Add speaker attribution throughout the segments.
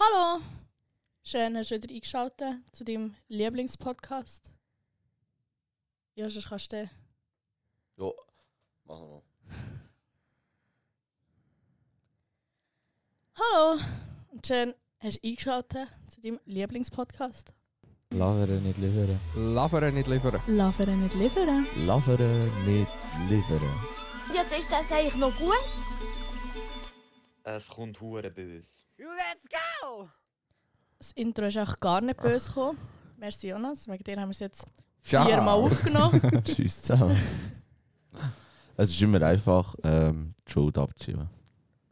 Speaker 1: Hallo! Schön, hast du wieder eingeschaltet zu deinem Lieblingspodcast. Ja, sonst kannst du. den-
Speaker 2: Ja, mach nochmal.
Speaker 1: Hallo! Und schön, hast du eingeschaltet zu deinem Lieblingspodcast.
Speaker 3: Lavere nicht liefern.
Speaker 4: Laveren nicht liefern.
Speaker 1: Lavere nicht liefern.
Speaker 3: Lavere nicht liefern.
Speaker 5: Jetzt ist das eigentlich noch gut.
Speaker 6: Es kommt hure bös.
Speaker 1: Das Intro ist auch gar nicht böse gekommen. Merci, Jonas. Wegen dir haben wir es jetzt
Speaker 4: Ciao.
Speaker 1: viermal aufgenommen.
Speaker 3: Tschüss zusammen. es ist immer einfach, ähm, die Schuld abzuschieben.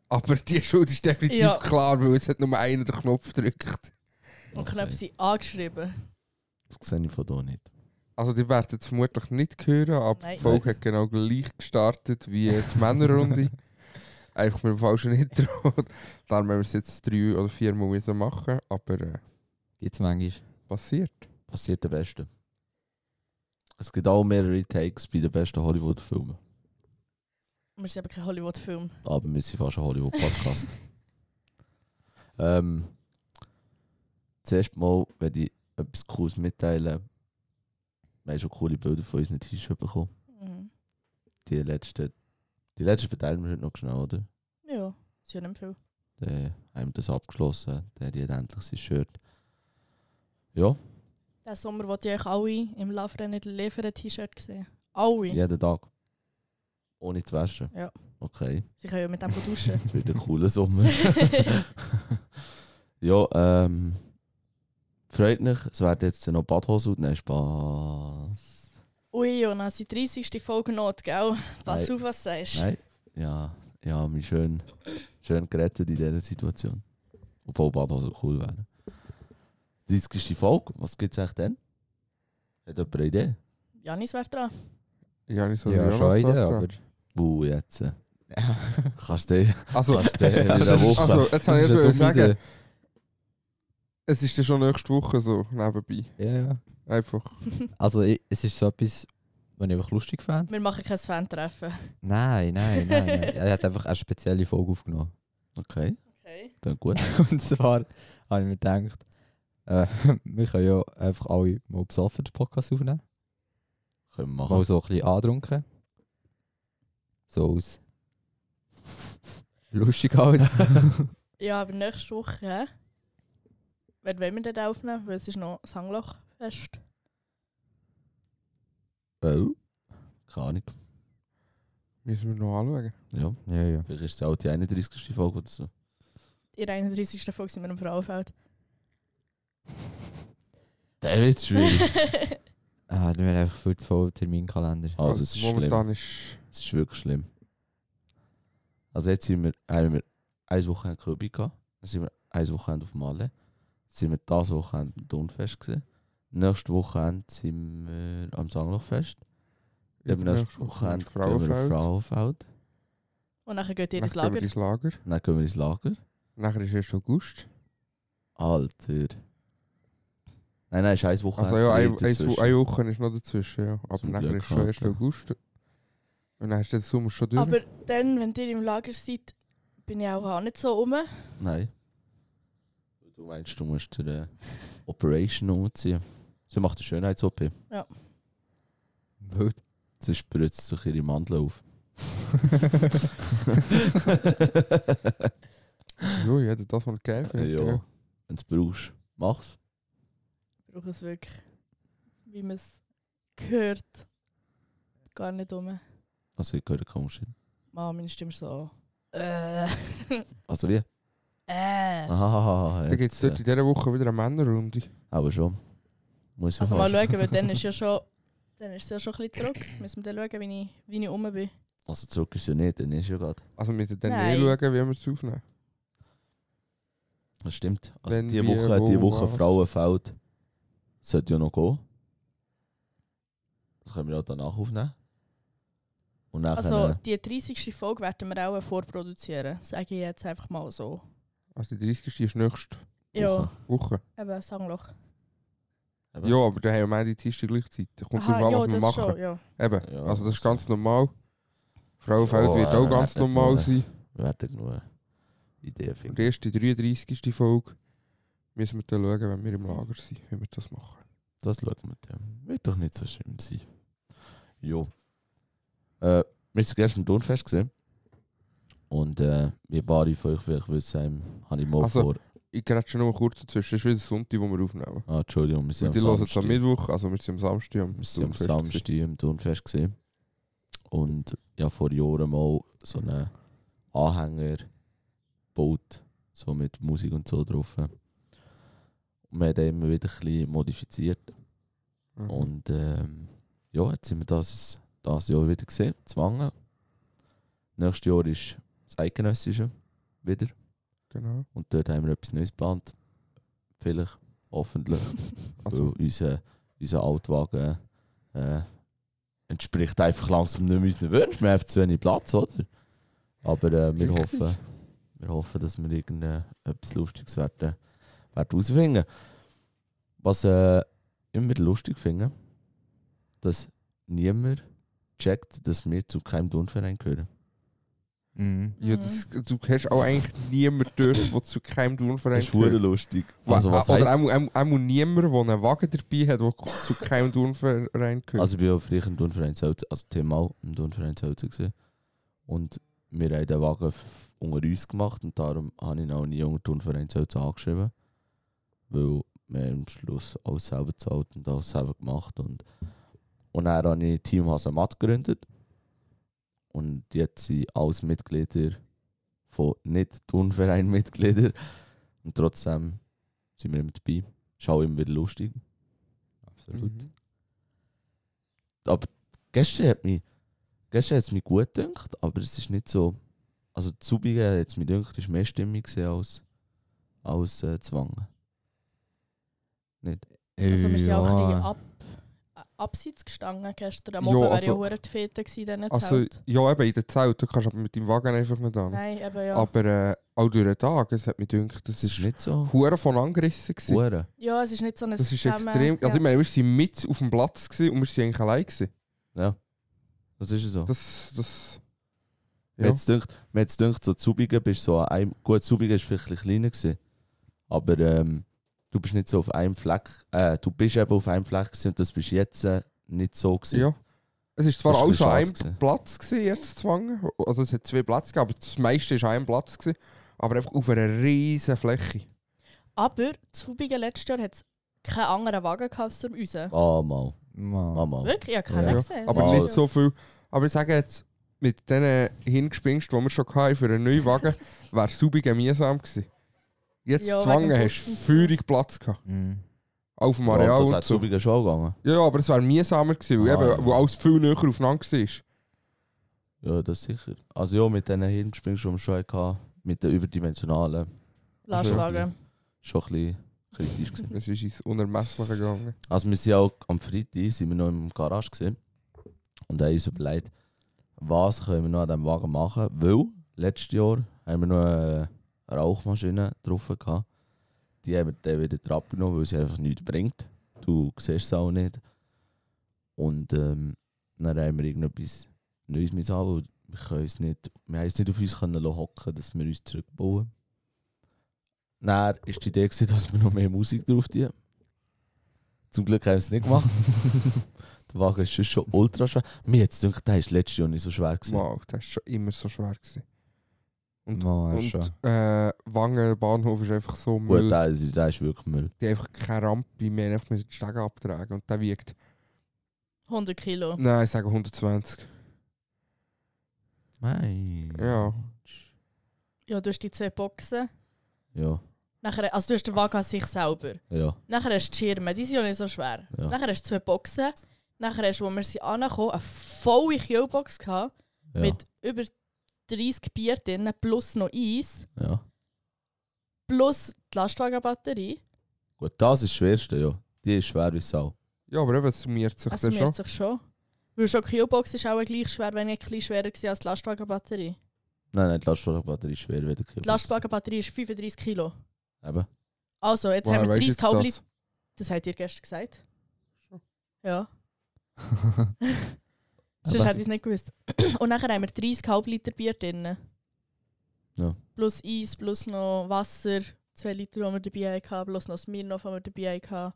Speaker 4: Aber die Schuld ist definitiv
Speaker 1: Ja.
Speaker 4: klar, weil es hat nur einer den Knopf gedrückt.
Speaker 1: Und Knöpfe sind angeschrieben.
Speaker 3: Das sehe ich von hier nicht.
Speaker 4: Also die werden es vermutlich nicht hören, aber
Speaker 1: Nein.
Speaker 4: die Folge hat genau gleich gestartet wie die Männerrunde. Einfach mit dem falschen Intro. Darum haben wir es jetzt drei oder vier Mal müssen machen, aber äh,
Speaker 7: Gibt's manchmal.
Speaker 4: passiert.
Speaker 3: Passiert der Beste. Es gibt auch mehrere Takes bei den besten Hollywood-Filmen.
Speaker 1: Wir sind aber kein Hollywood-Film.
Speaker 3: Aber wir sind fast ein Hollywood-Podcast. ähm, zuerst mal, wenn ich etwas Cooles mitteilen, wir haben schon coole Bilder von unseren T-Shirts bekommen.
Speaker 1: Mhm.
Speaker 3: Die letzten, die letzten verteilen wir heute noch schnell, oder?
Speaker 1: Ja, ist ja nicht viel.
Speaker 3: Dann haben wir das abgeschlossen. Der hat endlich sein Shirt. Ja,
Speaker 1: Diesen Sommer wollte ich euch alle im Lavere nicht liefern T-Shirt sehen. Alle.
Speaker 3: jeden Tag. Ohne zu waschen.
Speaker 1: Ja.
Speaker 3: Okay,
Speaker 1: Sie können ja mit dem gut duschen.
Speaker 3: das wird ein cooler Sommer. ja, ähm. Freut mich, es werden jetzt noch Badhosen. Nein, Spaß.
Speaker 1: Ui, Jonas, die 30. Folge Not, gell? Pass
Speaker 3: Nein.
Speaker 1: auf, was du sagst.
Speaker 3: Nein. Ja, ja, mich schön, schön gerettet in dieser Situation. Obwohl Badhosen cool wären. 30. Folge, was gibt es eigentlich denn? Hat jemand eine Idee?
Speaker 1: Janis wäre dran.
Speaker 4: Ja, nicht so
Speaker 7: Ja,
Speaker 4: Jonas
Speaker 7: schon eine,
Speaker 4: Safran.
Speaker 7: aber.
Speaker 3: Buh, jetzt. äh. Kannst du dich
Speaker 4: Also,
Speaker 3: kannst du dich in
Speaker 4: also,
Speaker 3: einer Woche.
Speaker 4: jetzt
Speaker 7: Das
Speaker 4: habe
Speaker 7: ist
Speaker 4: ich
Speaker 7: eine
Speaker 4: ja
Speaker 7: dumme
Speaker 4: sagen,
Speaker 7: Idee.
Speaker 4: es ist ja schon nächste Woche so, nebenbei.
Speaker 7: Ja, ja.
Speaker 4: Einfach.
Speaker 7: Also, ich, es ist so etwas, was ich einfach lustig fand.
Speaker 1: Wir machen kein Fan-Treffen.
Speaker 7: Nein, nein, nein. nein. er hat einfach eine spezielle Folge aufgenommen.
Speaker 3: Okay,
Speaker 1: Okay.
Speaker 3: dann gut.
Speaker 7: Und zwar habe ich mir gedacht, äh, wir können ja einfach alle mal besoffen den Podcast aufnehmen.
Speaker 3: Können wir
Speaker 7: Mal
Speaker 3: machen.
Speaker 7: so ein bisschen antrunken. So aus. Lustig halt.
Speaker 1: Ja, aber nächste Woche, hä? Wer wollen wir denn aufnehmen? Weil es ist noch das Hanglochfest.
Speaker 3: Oh. Keine Ahnung.
Speaker 4: Müssen wir noch anschauen.
Speaker 3: Ja,
Speaker 7: ja, ja.
Speaker 3: vielleicht ist es auch die 31. Folge oder so.
Speaker 1: In der 31. Folge sind wir im Frauenfeld.
Speaker 3: Der wird schwierig.
Speaker 7: Ah, wir haben einfach viel zu voll Terminkalender.
Speaker 3: Also, es ist schlimm.
Speaker 4: momentan ist
Speaker 3: Es ist wirklich schlimm. Also, jetzt sind wir, haben wir ein Wochenende Köbi gehabt. Dann sind wir ein Wochenende auf Malle. Dann sind wir das Wochenende am Turnfest gewesen. Nächstes Wochenende sind wir am Sanglochfest. Eben nächstes Wochenende gehen wir auf
Speaker 4: Frauenfeld.
Speaker 3: Frauenfeld.
Speaker 1: Und nachher geht ihr
Speaker 4: Dann
Speaker 1: ins
Speaker 4: gehen wir
Speaker 1: Lager.
Speaker 4: ins Lager.
Speaker 3: Dann gehen wir ins Lager.
Speaker 4: Nachher ist 1. August.
Speaker 3: Alter. Nein, nein, ist ein Wochenende.
Speaker 4: Also ja,
Speaker 3: frei
Speaker 4: eine,
Speaker 3: dazwischen.
Speaker 4: eine Woche ist noch dazwischen, ja. Aber
Speaker 3: Zum
Speaker 4: nachher
Speaker 3: Glück
Speaker 4: ist schon
Speaker 3: halt,
Speaker 4: 1.
Speaker 3: ja.
Speaker 4: August. Und dann ist der Sommer schon durch.
Speaker 1: Aber dann, wenn ihr im Lager seid, bin ich auch, auch nicht so rum.
Speaker 3: Nein. Du meinst, du musst dir äh, Operation umziehen. Sie macht eine Schönheits-OP.
Speaker 7: Wild.
Speaker 3: Sie spritzt sich ihre Mandel auf.
Speaker 4: ja, jeder das, was er geil findet.
Speaker 3: ja.
Speaker 4: gell?
Speaker 3: Wenn du es brauchst, mach's.
Speaker 1: Ich brauche es wirklich, wie man es hört, gar nicht rum.
Speaker 3: Also ich höre kaum Shit.
Speaker 1: Mann, meine Stimme ist so. Äh.
Speaker 3: Also wie?
Speaker 1: äh.
Speaker 3: Ah,
Speaker 4: Dann gibt es
Speaker 3: jetzt,
Speaker 4: dort in dieser Woche wieder eine Männerrunde.
Speaker 3: äh, aber schon. Muss ich
Speaker 1: Also mal
Speaker 3: fast.
Speaker 1: schauen, weil dann ist ja schon. Dann ist es ja schon ein bisschen zurück. Müssen wir dann schauen, wie ich, wie ich rum bin.
Speaker 3: Also zurück ist ja nicht, dann ist ja gerade.
Speaker 4: Also wir müssen dann eh
Speaker 1: Nein.
Speaker 4: schauen, wie wir es aufnehmen.
Speaker 3: Das stimmt. Also
Speaker 4: Wenn,
Speaker 3: die
Speaker 4: wie,
Speaker 3: Woche, die
Speaker 4: wo,
Speaker 3: Woche
Speaker 4: was?
Speaker 3: Frauenfeld sollte ja noch gehen. Das können wir ja danach aufnehmen. Und nachher.
Speaker 1: Also, die 30. Folge werden wir auch vorproduzieren. Sage ich jetzt einfach mal so.
Speaker 4: Also die 30. ist nächste
Speaker 1: Ja,
Speaker 4: Woche.
Speaker 1: eben, Sangloch.
Speaker 3: eben.
Speaker 4: Ja, aber dann haben wir auch die Tische gleichzeitig. Kommt drauf an,
Speaker 1: ja,
Speaker 4: was wir machen.
Speaker 1: schon, ja.
Speaker 4: Eben,
Speaker 3: Ja,
Speaker 4: also das ist
Speaker 3: also-
Speaker 4: ganz normal. Frauenfeld
Speaker 3: Ja,
Speaker 4: wird
Speaker 3: äh,
Speaker 4: auch ganz
Speaker 3: äh,
Speaker 4: normal
Speaker 3: äh,
Speaker 4: sein.
Speaker 3: Wir werden genug Ideen
Speaker 4: Und
Speaker 3: finden.
Speaker 4: die erste 33. Folge Müssen wir dann schauen, wenn wir im Lager sind, wie wir das machen.
Speaker 3: Das schauen wir dann. Wird doch nicht so schlimm sein. Jo. Äh, wir sind gestern im Turnfest gesehen. Und äh, wie ein paar von euch vielleicht wissen, ähm, habe ich mal
Speaker 4: Also-
Speaker 3: vor.
Speaker 4: Ich gerade schon noch mal kurz dazwischen. Es ist wieder Sonntag, wo wir aufnehmen.
Speaker 3: Ah, Entschuldigung, wir sind
Speaker 4: Und
Speaker 3: am
Speaker 4: die hören es am
Speaker 3: Samstag.
Speaker 4: Mittwoch, also wir sind am Samstag am
Speaker 3: Wir sind am
Speaker 4: Turnfest gewesen.
Speaker 3: Samstag im Turnfest gesehen. Und ja, vor Jahren mal so einen Anhänger gebaut, so mit Musik und so drauf. Und wir haben den immer wieder ein bisschen modifiziert.
Speaker 4: Mhm.
Speaker 3: Und ähm, ja, jetzt sind wir das, das Jahr wieder gesehen, zwangen. Nächstes Jahr ist das Eidgenössische wieder.
Speaker 4: Genau.
Speaker 3: Und dort haben wir etwas Neues geplant. Vielleicht, hoffentlich.
Speaker 4: Also,
Speaker 3: Weil unser, unser Altwagen äh, entspricht einfach langsam nicht mehr unseren Wünschen. Wir haben einfach zu wenig Platz, oder? Aber äh, wir,
Speaker 4: Richtig.
Speaker 3: hoffen, wir hoffen, dass wir irgendetwas Lustiges werden, werden herausfinden. Was äh, immer wieder lustig finde, dass niemand checkt, dass wir zu keinem Turnverein gehören.
Speaker 7: Mhm.
Speaker 4: ja, das, du hast auch eigentlich niemanden dort, der zu keinem Turnverein
Speaker 3: verdammt
Speaker 4: gehört.
Speaker 3: lustig.
Speaker 4: Wa-
Speaker 3: Also, was
Speaker 4: Oder
Speaker 3: heißt,
Speaker 4: auch, auch, auch niemand, der einen Wagen dabei hat, der zu keinem Turnverein gehört.
Speaker 3: also ich bin ja früher im Turnverein Zelten, also Thema im Turnverein Zelten gewesen. Und wir haben den Wagen f- unter uns gemacht und darum habe ich ihn auch nie unter den Turnverein Zelten angeschrieben. Weil wir haben am Schluss alles selber gezahlt und alles selber gemacht. Und, und dann habe ich Team Hasamat gegründet. Und jetzt sind alles Mitglieder von nicht Turnverein Mitglieder. Und trotzdem sind wir immer dabei. Ist auch immer wieder lustig.
Speaker 7: Absolut.
Speaker 4: Mhm.
Speaker 3: gestern hat mich, gestern hat's mich gut gedacht, aber es ist nicht so. Also Zubigen hat es mir gedacht, ist mehr Stimmung gewesen als, als äh, Zwang.
Speaker 1: Also wir sind auch ein bisschen
Speaker 7: Ja.
Speaker 1: ab, äh, abseits gestanden gestern. Am
Speaker 4: Ja,
Speaker 1: Abend wäre
Speaker 4: also-
Speaker 1: ja hure die Fete gewesen in diesen
Speaker 4: Also,
Speaker 1: Zelt.
Speaker 4: ja, eben in der Zelt, du kannst aber mit deinem Wagen einfach nicht an.
Speaker 1: Nein, eben ja.
Speaker 4: Aber äh, auch durch den Tag, es hat mich gedacht, das
Speaker 3: Es ist
Speaker 4: ist
Speaker 3: nicht so.
Speaker 4: Huren von angerissen. Gewesen.
Speaker 3: Hure.
Speaker 1: ja, es ist nicht so ein
Speaker 4: Das ist
Speaker 1: Zusammen-
Speaker 4: extrem. Also,
Speaker 1: ja.
Speaker 4: ich meine, wir waren mit auf dem Platz gewesen und wir waren eigentlich allein. Gewesen.
Speaker 3: Ja. Das ist so.
Speaker 4: Das, das,
Speaker 3: Mir
Speaker 4: ja.
Speaker 3: hat's gedacht, mir hat's gedacht, so Zubigen bist so an einem. Gut, Zubigen war vielleicht ein bisschen kleiner. Gewesen, aber ähm, du bist nicht so auf einem Fleck. Äh, du bist eben auf einem Fleck gewesen und das bist jetzt äh, nicht so. Gewesen.
Speaker 4: ja. Es ist zwar
Speaker 3: Das ist ein
Speaker 4: alles
Speaker 3: bisschen
Speaker 4: an
Speaker 3: schade
Speaker 4: einem
Speaker 3: gewesen.
Speaker 4: Platz gewesen, jetzt zwangen. Also, es hat zwei Plätze gegeben, aber das meiste war an einem Platz. Gewesen. Aber einfach auf einer riesen Fläche.
Speaker 1: Aber Zubigen letztes Jahr hat es keinen anderen Wagen gehabt als unseren.
Speaker 3: Ah, mal.
Speaker 7: Mann.
Speaker 3: mal, mal.
Speaker 1: Wirklich, ich habe keinen
Speaker 3: Ja.
Speaker 1: gesehen.
Speaker 4: Aber
Speaker 3: Wow.
Speaker 4: nicht so viel. Aber ich sage jetzt, mit den Hingespinst, die wir schon hatten für einen neuen Wagen, wäre es sauber mühsam gewesen. Jetzt
Speaker 1: Ja,
Speaker 4: zwangen
Speaker 1: wegen dem
Speaker 4: hast du
Speaker 1: Kosten.
Speaker 4: feurig Platz gehabt.
Speaker 7: Mhm.
Speaker 4: Auf dem
Speaker 3: Ja,
Speaker 4: Areal.
Speaker 3: das
Speaker 4: und
Speaker 3: hat
Speaker 4: so.
Speaker 3: Zubigen schon gegangen.
Speaker 4: Ja, ja, aber es wäre mühsamer gewesen, weil,
Speaker 3: Ah,
Speaker 4: eben,
Speaker 3: ja.
Speaker 4: weil alles viel näher aufeinander war.
Speaker 3: Ja, das sicher. Also ja, mit diesen Hirngespinnst, die wir schon hatten, mit den überdimensionalen,
Speaker 1: Lastwagen.
Speaker 3: schon ein bisschen kritisch gewesen.
Speaker 4: Es ist ins Unermessliche gegangen.
Speaker 3: Also wir sind auch am Freitag sind wir noch im Garage gewesen und haben uns überlegt, was können wir noch an diesem Wagen machen, weil letztes Jahr haben wir noch eine Rauchmaschine drauf gehabt. Die haben wir dann wieder drauf genommen, weil sie einfach nichts bringt. Du siehst es auch nicht. Und ähm, dann haben wir irgendetwas Neues mit haben, weil wir, können es nicht, wir haben es nicht auf uns können lassen hocken, dass wir uns zurückbauen. Dann war die Idee, gewesen, dass wir noch mehr Musik drauf tun. Zum Glück haben wir es nicht gemacht. der Wagen ist sonst schon ultra schwer. Mir jetzt gedacht, der ist letztes Jahr nicht so schwer gewesen.
Speaker 4: Wow, das war schon immer so schwer. Gewesen. Und,
Speaker 7: Mann,
Speaker 4: und
Speaker 7: ist schon.
Speaker 4: äh, Wangen Bahnhof ist einfach so Müll.
Speaker 3: Gut,
Speaker 1: äh.
Speaker 3: der ist, der ist wirklich Müll.
Speaker 4: Die haben einfach keine Rampe mehr, einfach mit den Stegen abtragen. Und der wiegt,
Speaker 1: 100 Kilo.
Speaker 4: nein, ich sage 120.
Speaker 1: Mhm.
Speaker 3: Nein.
Speaker 4: Ja.
Speaker 1: Ja, du hast die zwei Boxen.
Speaker 3: Ja,
Speaker 1: Nachher, also du hast den Wagen an sich selber.
Speaker 3: ja.
Speaker 1: Nachher hast du die Schirme, die sind ja nicht so schwer.
Speaker 3: Ja.
Speaker 1: Nachher hast du zwei Boxen. Nachher hast du, wo wir sie angekommen, eine volle Kühlbox gehabt,
Speaker 3: ja.
Speaker 1: mit über 30 Bier drin, plus noch Eis,
Speaker 3: ja.
Speaker 1: plus die Lastwagenbatterie.
Speaker 3: Gut, das ist das Schwerste, ja. Die ist schwer wie Sau.
Speaker 4: Ja, aber eben, es summiert sich
Speaker 1: Also
Speaker 4: dann schon.
Speaker 1: mir sich schon. Weil schon die Kühlbox ist auch gleich schwer, wenn nicht ein bisschen schwerer gewesen als die Lastwagenbatterie.
Speaker 3: Nein, nein, die Lastwagenbatterie ist schwer wie der Kühlbox.
Speaker 1: Die Lastwagenbatterie ist 35 Kilo.
Speaker 3: Eben.
Speaker 1: Also, jetzt
Speaker 4: Woher
Speaker 1: haben wir
Speaker 4: weisst du
Speaker 1: 30 Kabel.
Speaker 4: das?
Speaker 1: Das? habt ihr gestern gesagt. Ja. Sonst
Speaker 7: Aber-
Speaker 1: hätte ich es nicht gewusst. Und nachher haben wir 30 halb Liter Bier drin.
Speaker 3: Ja.
Speaker 1: Plus Eis, plus noch Wasser, zwei Liter, die wir dabei hatten, plus noch Smirnoff, die wir dabei hatten.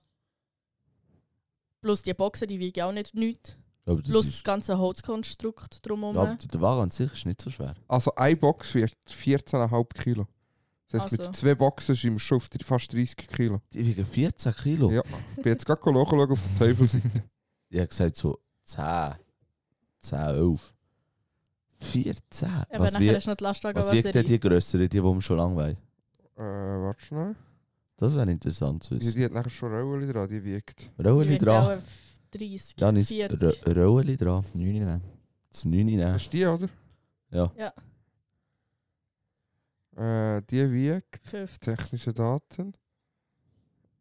Speaker 1: Plus die Boxen, die wiegen auch nicht nichts.
Speaker 3: Aber das
Speaker 1: Plus das
Speaker 3: ist,
Speaker 1: ganze Holzkonstrukt drumherum.
Speaker 3: ja, aber der Wagen an sich ist nicht so schwer.
Speaker 4: Also eine Box wiegt 14,5 Kilo. Das heisst,
Speaker 1: Also.
Speaker 4: mit zwei Boxen sind wir schon auf dr- fast 30 Kilo.
Speaker 3: Die wiegen 14 Kilo.
Speaker 4: Ja. Ich bin jetzt gerade nachschauen auf der Teufelseite.
Speaker 3: Ich habe gesagt so 10, 10, 11, 14.
Speaker 1: Eben,
Speaker 3: was
Speaker 1: nachher
Speaker 3: wie,
Speaker 1: ist noch die
Speaker 3: was wiegt denn
Speaker 1: Lastwagenbatterie.
Speaker 3: die grössere, die, die wir schon lange wollen?
Speaker 4: äh, warte schnell.
Speaker 3: Das wäre interessant zu
Speaker 4: Die,
Speaker 3: wissen.
Speaker 4: die hat nachher schon Rollen dran, die wiegt.
Speaker 3: Rolli
Speaker 1: wiegt auch
Speaker 3: dran.
Speaker 1: ein 30,
Speaker 3: Janis,
Speaker 1: 40.
Speaker 3: Ro- Rolli dran.
Speaker 7: Das 9
Speaker 3: ne?
Speaker 7: nehmen.
Speaker 3: Das 9 nehmen.
Speaker 4: Das ist die, oder?
Speaker 3: Ja.
Speaker 4: Äh, die wiegt
Speaker 1: 50.
Speaker 4: technische Daten.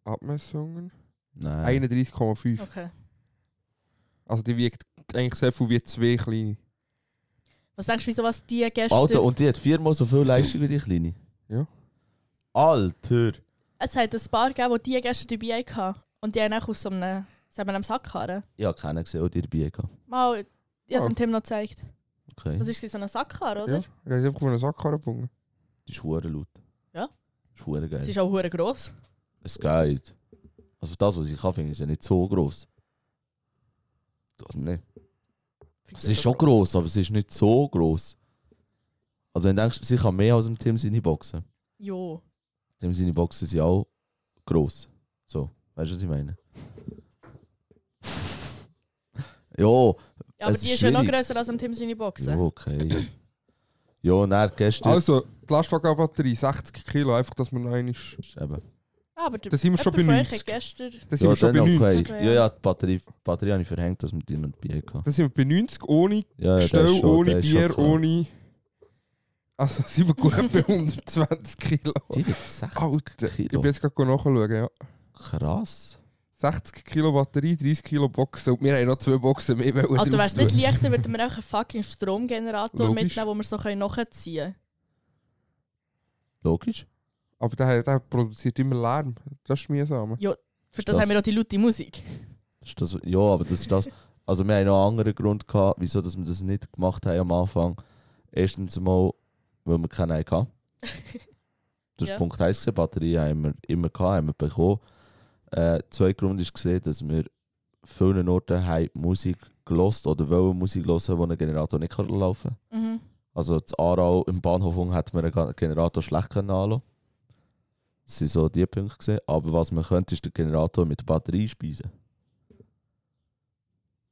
Speaker 4: Abmessungen.
Speaker 3: Nein.
Speaker 4: 31,5.
Speaker 1: Okay.
Speaker 4: Also die wiegt eigentlich sehr viel wie zwei kleine.
Speaker 1: Was denkst du, wieso was die gestern...
Speaker 3: Alter, und die hat viermal so viel Leistung wie die Kleine.
Speaker 4: Ja.
Speaker 3: Alter.
Speaker 1: Es hat ein paar gegeben, die die gestern dabei hatten. Und die haben auch aus so einem... Sie haben einen Sackkarren.
Speaker 3: Ich habe keinen gesehen, der dabei war.
Speaker 1: Mal, ich habe
Speaker 3: Ah.
Speaker 1: es
Speaker 4: Ja.
Speaker 1: dem Tim noch gezeigt.
Speaker 3: Okay.
Speaker 1: Das
Speaker 3: Das ist,
Speaker 1: ist so ein Sackkarren, oder?
Speaker 4: Ja. Ich habe einfach auf einen Sack hergebunden.
Speaker 3: das ist verdammt laut.
Speaker 1: Ja.
Speaker 3: Das ist verdammt
Speaker 1: Es
Speaker 3: geil.
Speaker 1: ist auch hure gross.
Speaker 3: Es geht. Also für das, was ich kann, finde ich es ja nicht so gross. Das nicht.
Speaker 1: Findest
Speaker 3: Es
Speaker 1: du
Speaker 3: ist
Speaker 1: so
Speaker 3: schon gross, aber es ist nicht so gross. Also wenn du denkst, sie kann mehr als im Team seine Boxen.
Speaker 1: Jo.
Speaker 3: Im Team seine Boxen sind auch gross. So, weißt du, was ich meine? ja,
Speaker 1: Ja, aber
Speaker 3: Es
Speaker 1: die
Speaker 3: ist
Speaker 1: ist ja noch
Speaker 3: schwierig.
Speaker 1: grösser als im Tim seine Boxen.
Speaker 3: ja, okay. ja, und dann gestern...
Speaker 4: Also, die Lastwagenbatterie 60 Kilo, einfach, dass man noch einmal...
Speaker 3: Eben.
Speaker 1: Aber der
Speaker 4: Da sind wir schon bei
Speaker 1: jemand von euch hat
Speaker 4: 90.
Speaker 1: gestern...
Speaker 4: Das sind
Speaker 3: Ja,
Speaker 4: wir schon bei
Speaker 3: dann
Speaker 4: 90.
Speaker 3: okay.
Speaker 1: Okay,
Speaker 3: Ja,
Speaker 1: ja.
Speaker 3: ja, die Batterie, die Batterie habe ich verhängt, dass wir die noch dabei hatten.
Speaker 4: Da sind wir bei 90 ohne
Speaker 3: Ja, ja, der
Speaker 4: Gestell,
Speaker 3: Äh, ist schon,
Speaker 4: ohne
Speaker 3: der ist
Speaker 4: Bier,
Speaker 3: schon klar.
Speaker 4: ohne... Also sind wir gut bei 120 Kilo.
Speaker 3: Die wiegt 60
Speaker 4: Alter, ich bin
Speaker 3: Kilo.
Speaker 4: jetzt gerade nachschauen, ja.
Speaker 3: Krass.
Speaker 4: 60 Kilo Batterie, 30 Kilo Boxen und wir haben noch zwei Boxen mehr. wollen
Speaker 1: Also wäre es
Speaker 4: drauf
Speaker 1: nicht
Speaker 4: tun.
Speaker 1: leichter, würden wir auch einen fucking Stromgenerator
Speaker 4: Logisch.
Speaker 1: mitnehmen, den wir so können nachziehen können.
Speaker 3: Logisch.
Speaker 4: Aber der, der produziert immer Lärm. Das ist mühsam.
Speaker 1: Für das,
Speaker 3: Das-
Speaker 1: haben wir auch die laute Musik.
Speaker 3: Das ist das, ja, aber das ist das. Also wir haben noch einen anderen Grund gehabt, wieso dass wir das nicht gemacht haben am Anfang. Erstens mal, weil wir keinen hatten. Das
Speaker 1: Ja.
Speaker 3: ist Punkt 1, gewesen. Batterie haben wir immer gehabt, haben wir bekommen. Äh, zweiter Grund ist gesehen, dass wir vielen Orten haben Musik gelost oder wollen Musik hören, die ein Generator nicht kann laufen kann.
Speaker 1: Mhm.
Speaker 3: Also das Aarau im Bahnhof unten hätte man einen Ga- Generator schlecht können anlassen. Das sind so die Punkte gewesen. Aber was man könnte, ist den Generator mit der Batterie speisen.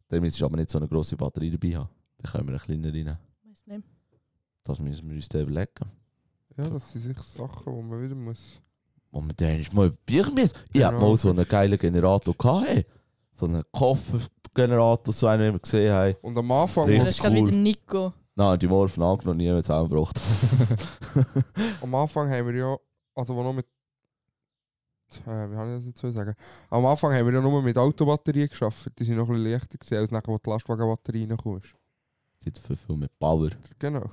Speaker 3: Dann müsstest du aber nicht so eine grosse Batterie dabei haben. Dann können wir eine kleine rein.
Speaker 1: Weiß nicht.
Speaker 3: Das müssen wir uns dann überlegen.
Speaker 4: Ja, das sind sicher Sachen, die man wieder muss.
Speaker 3: Und wir denken, ist mal probieren wir es. Ich hatte
Speaker 4: Genau.
Speaker 3: mal so einen geilen Generator. Gehabt, hey. So einen Koffergenerator, so einen, den wir gesehen haben.
Speaker 4: Und am Anfang,
Speaker 1: Das
Speaker 3: Richtig.
Speaker 1: ist gerade
Speaker 3: cool.
Speaker 1: wieder Nico.
Speaker 3: Nein, die Morphen angenommen, niemand zusammengebracht.
Speaker 4: am Anfang haben wir ja... Also wo noch mit... Äh, wie kann ich das jetzt so sagen? Am Anfang haben wir ja nur mit Autobatterien geschafft. Die sind noch ein bisschen leichter gewesen, als nachher, wo die Lastwagenbatterie reinkommt.
Speaker 3: Die hat viel, viel mehr Power.
Speaker 4: Genau.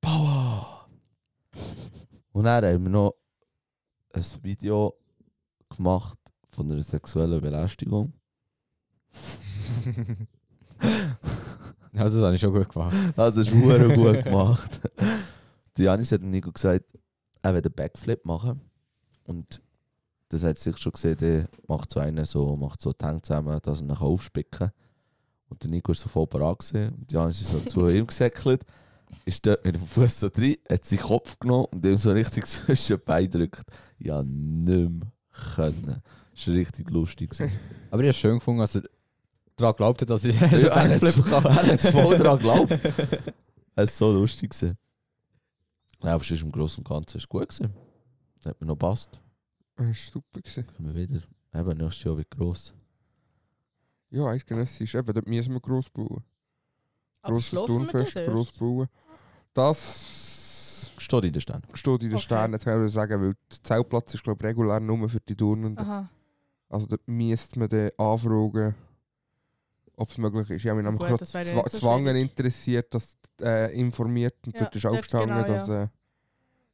Speaker 3: Power! Und dann haben wir noch ein Video gemacht von einer sexuellen Belästigung.
Speaker 7: Also das habe ich schon gut gemacht.
Speaker 3: Das Also, ist sehr gut gemacht. Die Janis hat dem Nico gesagt, er will einen Backflip machen. Und das hat sich schon gesehen, der macht so einen so, macht so die Hände zusammen, dass er ihn aufspicken kann. Und der Nico ist so voll parat gewesen. Und die Janis ist so zu ihm gesäckelt, ist dort mit dem Fuß so drin, hat seinen Kopf genommen und ihm so richtig zwischen die Beine gedrückt. Ja, nicht mehr können. Das war richtig lustig. gewesen.
Speaker 7: Aber ich habe es schön gefunden, als er daran glaubt hat, dass ich
Speaker 3: Ja, er hat's- er hat's voll dran geglaubt. Es war so lustig. Gewesen. Ja, aber sonst im Großen und Ganzen ist es gut. Gewesen. Hat mir noch passt.
Speaker 4: Das war super. Gewesen.
Speaker 3: Kommen wir wieder. Eben, nächstes Jahr wird gross.
Speaker 4: Ja, eidgenössisch. Eben, dort müssen wir gross bauen.
Speaker 1: Aber
Speaker 4: Grosses
Speaker 1: schlafen wir
Speaker 4: Turnfest,
Speaker 1: dort?
Speaker 4: gross bauen. Das
Speaker 3: Steht in der Stern.
Speaker 4: steht in den
Speaker 1: Okay.
Speaker 4: Sternen, jetzt kann ich sagen, weil der Zeltplatz ist, glaube ich, regulär nur für die Turnenden.
Speaker 1: Aha.
Speaker 4: Also dort müsste man dann anfragen, ob es möglich ist. Ich habe mich nämlich
Speaker 1: Gut,
Speaker 4: gerade
Speaker 1: das wäre ja
Speaker 4: zwa-
Speaker 1: nicht so
Speaker 4: zwangen
Speaker 1: schwierig.
Speaker 4: interessiert, dass äh, informiert und
Speaker 1: Ja,
Speaker 4: dort ist
Speaker 1: dort
Speaker 4: auch gestanden,
Speaker 1: genau,
Speaker 4: dass äh,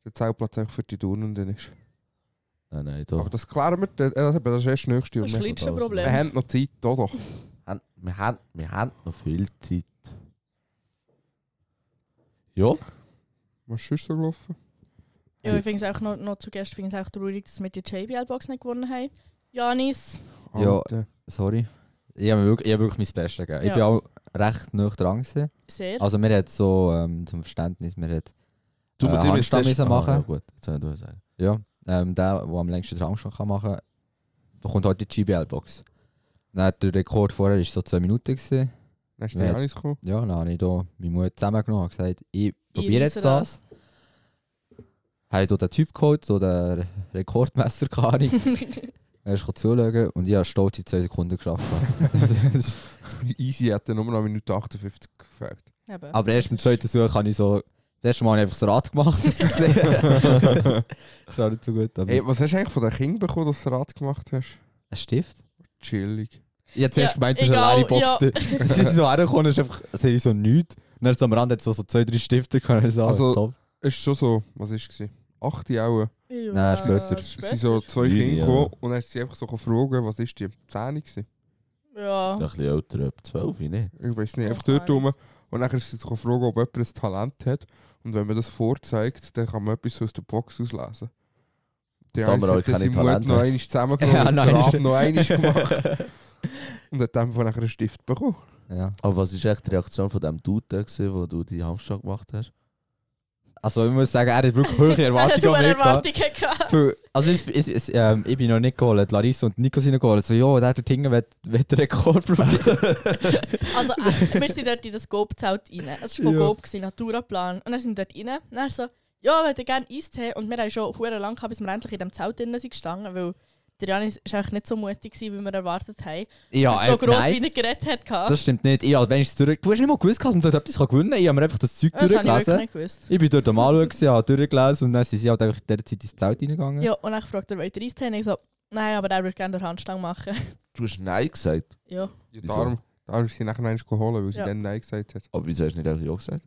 Speaker 4: der Zeltplatz eigentlich für die Turnenden ist.
Speaker 3: Nein, nein,
Speaker 4: Aber
Speaker 3: doch.
Speaker 4: das klären wir, dann- äh, das ist erst nächstes Jahr.
Speaker 1: Das ist das
Speaker 4: Wir,
Speaker 1: kleinste Problem.
Speaker 4: wir haben noch Zeit, oder?
Speaker 3: Wir, wir, haben, wir haben noch viel Zeit. Ja,
Speaker 4: Was ist sonst so gelaufen?
Speaker 1: Ja, ich finde es auch noch, noch zu Gast finde ich es auch traurig, dass wir die JBL-Box nicht gewonnen haben. Janis,
Speaker 7: Ja.
Speaker 4: Alter.
Speaker 7: Sorry. Ich habe wirklich, ich hab wirklich mein Bestes gegeben. Ich
Speaker 1: Ja.
Speaker 7: bin auch recht nah dran. Gewesen.
Speaker 1: sehr.
Speaker 7: Also mir hat so ähm, zum Verständnis, mir hat
Speaker 3: Du mit
Speaker 7: Äh,
Speaker 3: dem
Speaker 7: Handstand
Speaker 3: zuerst-
Speaker 7: müssen machen.
Speaker 3: Ah, ja, gut, jetzt soll ich du sagen.
Speaker 7: ja, ähm, der, der am längsten den Handstand kann machen kann, bekommt halt die GBL-Box. Dann hat der Rekord vorher war so 2 Minuten. Gewesen.
Speaker 4: Dann ist
Speaker 7: Wer-
Speaker 4: der Janis gekommen.
Speaker 7: Ja, dann habe ich da meinen Mut zusammengenommen und gesagt, ich
Speaker 1: Ich
Speaker 7: probiere
Speaker 1: reisse
Speaker 7: jetzt das. Habe da den Typ geholt, so den Rekordmesser, keine Ahnung. Er ist gekommen zuschauen und ich habe stolz in 2 Sekunden geschafft.
Speaker 4: Easy hat dann nur noch Minute 58 gefällt.
Speaker 1: Eben.
Speaker 7: Aber erst
Speaker 1: Das
Speaker 7: beim
Speaker 1: ist-
Speaker 7: zweiten Such habe ich so. Das erste Mal habe ich einfach so Rad gemacht. Das ist sehr- ist auch nicht so gut. Aber
Speaker 4: Ey, was hast du eigentlich von den Kindern bekommen, dass du Rad gemacht hast?
Speaker 7: Ein Stift?
Speaker 4: Chillig.
Speaker 7: Ich hätte zuerst
Speaker 1: Ja,
Speaker 7: gemeint, das ist eine
Speaker 1: egal,
Speaker 7: leere Box. Ja. Sie sind so hergekommen, es ist einfach es ist so nichts. Und dann ist am Rand jetzt so, so zwei, drei Stifte. Kann ich sagen.
Speaker 4: Also-
Speaker 7: top.
Speaker 4: Es ist schon so, was war es? 8 Jahre.
Speaker 1: Ja,
Speaker 7: Nein, später.
Speaker 4: Es sind so zwei
Speaker 3: Neun,
Speaker 4: Kinder
Speaker 3: ja.
Speaker 4: gekommen und dann hast du sie einfach so gefragt, was ist die? 10 gewesen?
Speaker 1: Ja.
Speaker 3: Ein bisschen älter, ab 12, ne?
Speaker 4: Ich weiß nicht, einfach
Speaker 1: Keine
Speaker 4: dort rum. Und dann ist sie sich fragen, ob jemand ein Talent hat. Und wenn man das vorzeigt, dann kann man etwas aus der Box auslesen. Der
Speaker 3: Da wir auch keine
Speaker 4: seinen Mut
Speaker 3: Talente
Speaker 4: noch
Speaker 3: haben.
Speaker 4: einmal zusammengenommen, ja,
Speaker 7: nein,
Speaker 4: das Rad
Speaker 7: ist-
Speaker 4: noch einmal gemacht und hat dann von nachher einen Stift bekommen.
Speaker 7: ja.
Speaker 3: Aber was war echt die Reaktion von dem Dude, da gewesen, wo du die Hamster gemacht hast?
Speaker 7: Also, ich muss sagen, er hat wirklich hohe Erwartungen an
Speaker 1: Er
Speaker 7: mich
Speaker 1: hat hohe
Speaker 7: gehabt.
Speaker 1: Erwartungen gehabt.
Speaker 7: Für- Also, ich, ich, ich, ähm, ich bin noch nicht geholt. Larissa und Nico sind noch geholt. So, ja, der hat den Tinger will, will den Rekord probieren.
Speaker 1: Also, äh, wir sind dort in das Gob-Zelt rein. Es war von
Speaker 7: Ja.
Speaker 1: Gob, gewesen, Naturaplan. Und dann sind wir dort rein. Und dann so, ja, wir hätten gerne Eistee. Und wir haben schon sehr lange gehabt, bis wir endlich in diesem Zelt drin sind gestanden, weil der Janis war eigentlich nicht so mutig, gewesen, wie wir erwartet haben.
Speaker 7: ja,
Speaker 1: das ist so
Speaker 7: äh,
Speaker 1: gross,
Speaker 7: nein.
Speaker 1: wie er geredet hat. gehabt.
Speaker 7: Das stimmt nicht. Ich, hab- wenn ich's durch... Du hast nicht mal gewusst, dass man dort etwas gewinnen kann. Ich habe mir einfach das Zeug
Speaker 1: Ja, das habe ich wirklich
Speaker 7: durchgelesen.
Speaker 1: nicht gewusst.
Speaker 7: Ich bin dort am Anschauen, gewesen, habe durchgelesen und dann sind sie halt einfach in dieser Zeit ins Zelt reingegangen.
Speaker 1: Ja, und dann fragt er, wollt ihr Eistee? Und ich so, nein, aber der würde gerne den Handstand machen.
Speaker 3: Du hast Nein gesagt.
Speaker 1: Ja,
Speaker 4: Ja,
Speaker 3: Wieso?
Speaker 4: darum, darum ist sie nachher einmal geholt, weil sie
Speaker 1: Ja.
Speaker 4: dann Nein gesagt hat.
Speaker 3: Aber wieso hast du nicht auch Ja gesagt?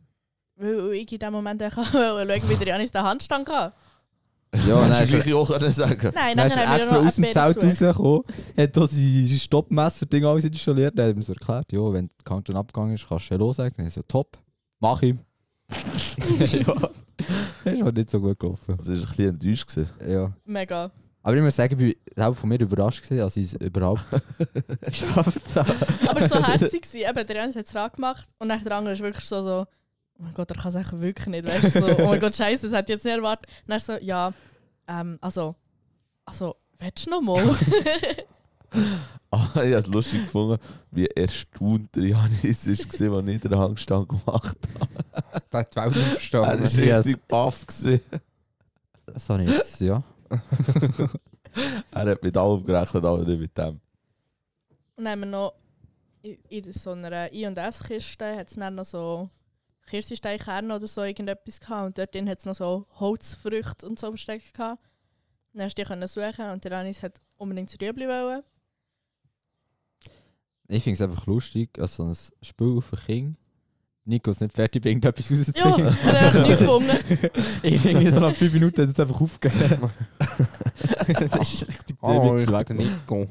Speaker 1: weil ich in dem Moment auch schauen wollte, wie der Janis den Handstand kann.
Speaker 7: Ja, nein,
Speaker 3: hast du
Speaker 7: ist-
Speaker 3: gleich Ja können sagen.
Speaker 1: Nein,
Speaker 7: Dann
Speaker 1: dann
Speaker 7: ist
Speaker 1: haben
Speaker 7: er
Speaker 1: wir
Speaker 7: extra
Speaker 1: noch
Speaker 7: aus dem
Speaker 1: eine
Speaker 7: Zelt
Speaker 1: Bärensuche.
Speaker 7: rausgekommen, hat da sein Stoppmesser-Ding alles installiert. Dann hat er mir so erklärt, ja, wenn der Countdown abgegangen ist, kannst du Hello sagen. Dann so, top, mach ich. ja. Das ist halt nicht so gut gelaufen.
Speaker 3: Das war ein bisschen enttäuscht. Gewesen.
Speaker 7: Ja.
Speaker 1: Mega.
Speaker 7: Aber ich muss sagen, ich war auch von mir überrascht, gewesen, als ich es überhaupt geschafft habe.
Speaker 1: Aber so herzig sie. Eben, der Jens hat es dran gemacht und dann der andere ist wirklich so, so oh mein Gott, er kann es eigentlich wirklich nicht. Weißt du, so, oh mein Gott, scheiße, das hat jetzt nicht erwartet. Und dann so, ja, ähm, also, also, willst du noch mal?
Speaker 3: Ah, ich habe es lustig gefunden, wie erstaunt der Janis war, als ich den Hangstand gemacht
Speaker 4: Der hat die Welt nicht
Speaker 3: habe. Er
Speaker 4: verstanden.
Speaker 3: war richtig baff. gewesen.
Speaker 7: Das habe ich jetzt, ja.
Speaker 3: Er hat mit allem gerechnet, aber nicht mit dem.
Speaker 1: Und dann haben wir noch in, in so einer I&S-Kiste hat es dann noch so Kirschsteinkerne oder so irgendetwas gehabt. Und dort drin hat es noch so Holzfrüchte und so versteckt gehabt. Dann hast du die können suchen und der Janis hat unbedingt zu Rüebli wollen.
Speaker 7: Ich finde es einfach lustig, als so ein Spiel für King. Nico ist nicht fertig, irgendetwas
Speaker 1: Ja,
Speaker 7: rauszubringen.
Speaker 1: er hat nichts gefunden.
Speaker 7: ich denke, so nach 5 Minuten hat es einfach aufgegeben. das ist richtig
Speaker 4: Oh, ich
Speaker 7: dürr
Speaker 4: bin
Speaker 7: weg.
Speaker 4: der Nico.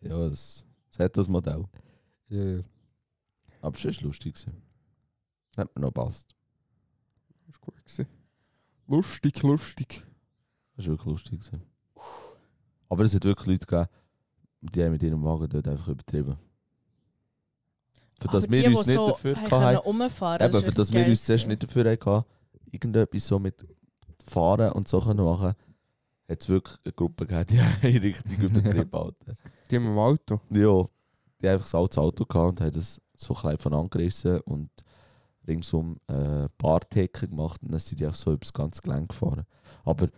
Speaker 3: Ja, das, das hat das Modell.
Speaker 7: Ja, ja.
Speaker 3: Aber es war lustig. gewesen. Hat mir noch gepasst.
Speaker 4: Das war gut. gewesen. Lustig, lustig.
Speaker 3: Das war wirklich lustig. Gewesen. Aber es hat wirklich Leute gegeben, die haben mit ihrem Wagen dort einfach übertrieben. Für das
Speaker 1: Aber
Speaker 3: wir
Speaker 1: die,
Speaker 3: uns
Speaker 1: die
Speaker 3: nicht
Speaker 1: so
Speaker 3: dafür
Speaker 1: haben
Speaker 3: hatten,
Speaker 1: können rumfahren,
Speaker 3: Eben,
Speaker 1: Ah, ist
Speaker 3: für das
Speaker 1: richtig
Speaker 3: wir
Speaker 1: geil
Speaker 3: uns zuerst
Speaker 1: gewesen.
Speaker 3: nicht dafür hatten, irgendetwas so mit Fahren und so können machen hat es wirklich eine Gruppe gehabt, die haben richtig übertrieben. Alter.
Speaker 4: Die haben im Auto.
Speaker 3: ja, die haben einfach das alte Auto gehabt und haben das so klein von angerissen und ringsum äh, Bartheke gemacht und dann sind die auch so übers ganze Gelände gefahren. Aber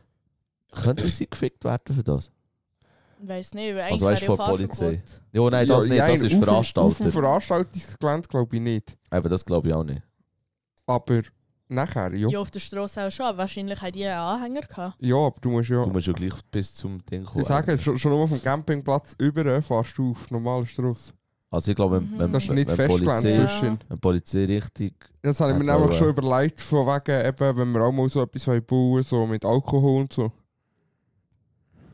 Speaker 3: könnten sie gefickt werden für das?
Speaker 1: Ich weiss nicht, weil eigentlich
Speaker 3: Also,
Speaker 1: wäre
Speaker 3: weisst du,
Speaker 1: ja
Speaker 3: von der
Speaker 1: Fahrverbot.
Speaker 3: Ja, nein, das
Speaker 4: Ja,
Speaker 3: nicht, das
Speaker 4: nein,
Speaker 3: ist
Speaker 4: auf dem- Auf dem
Speaker 3: Veranstalter.
Speaker 4: Veranstaltungsgelände glaube ich nicht.
Speaker 3: Eben, das glaube ich auch nicht.
Speaker 4: Aber nachher, ja.
Speaker 1: Ja, auf der Straße auch schon, aber wahrscheinlich haben die einen Anhänger gehabt.
Speaker 4: Ja, aber du musst ja.
Speaker 3: Du musst ja gleich bis zum Ding kommen.
Speaker 4: Ich sage, schon, schon nur vom Campingplatz über fährst du auf normalen Strasse.
Speaker 3: Also ich glaube, wenn, wenn,
Speaker 1: Mhm.
Speaker 4: Das ist
Speaker 3: wenn,
Speaker 4: nicht
Speaker 3: wenn,
Speaker 4: festgelegt
Speaker 3: Polizei,
Speaker 1: Ja.
Speaker 4: zwischen.
Speaker 3: wenn Polizei richtig
Speaker 4: Das habe ich mir
Speaker 3: Hat
Speaker 4: nämlich
Speaker 3: auch,
Speaker 4: schon
Speaker 3: äh,
Speaker 4: überlegt, von wegen, eben, wenn wir auch mal so etwas wollen bauen so mit Alkohol und so.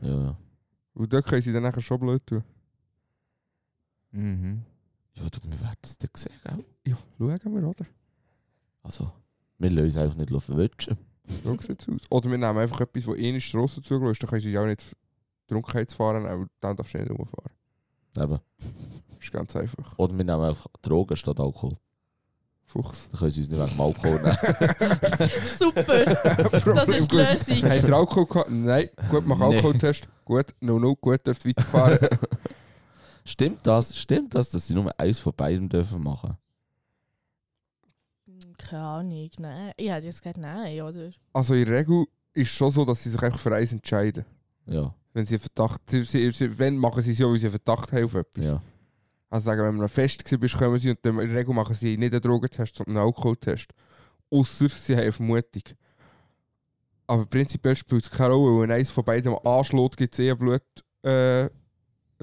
Speaker 3: Ja.
Speaker 4: Und dort können sie dann nachher schon blöd tun.
Speaker 7: Mhm.
Speaker 3: Ja, du, wir werden es dann sehen, gell?
Speaker 4: Ja, schauen wir, oder?
Speaker 3: Also, wir lassen uns einfach nicht verwünschen.
Speaker 4: So sieht's aus. Oder wir nehmen einfach etwas, das eh nicht draussen zugelassen ist, dann können sie ja auch nicht Trunkenheitsfahren, aber dann darfst du nicht rumfahren.
Speaker 3: Eben.
Speaker 4: Ist ganz einfach.
Speaker 3: Oder wir nehmen einfach Drogen statt Alkohol.
Speaker 4: Fuchs.
Speaker 3: Dann können sie uns nicht wegen dem Alkohol nehmen.
Speaker 1: Super, das
Speaker 4: Problem
Speaker 1: ist die
Speaker 4: gut.
Speaker 1: Lösung.
Speaker 4: Habt ihr Alkohol gehabt? Nein. Gut, mach Alkoholtest. Gut, no, no, gut, dürft weiterfahren.
Speaker 3: Stimmt das? Stimmt das, dass sie nur eins von beiden dürfen machen?
Speaker 1: Hm, Keine Ahnung, nein. Ich hätte jetzt gesagt, nein, oder?
Speaker 4: Also in der Regel ist es schon so, dass sie sich einfach für eins entscheiden.
Speaker 3: Ja,
Speaker 4: Wenn sie einen Verdacht, sie, sie, sie, wenn machen sie es ja, weil sie einen Verdacht haben auf etwas.
Speaker 3: ja.
Speaker 4: Also sagen, wenn man fest war, bist, kommen sie und dann in der Regel machen sie nicht einen Drogentest, sondern einen Alkoholtest. Außer sie haben eine Vermutung. Aber prinzipiell spielt es keine Rolle, weil wenn eins von beiden am Anschlot gibt es eh ein Blut, äh,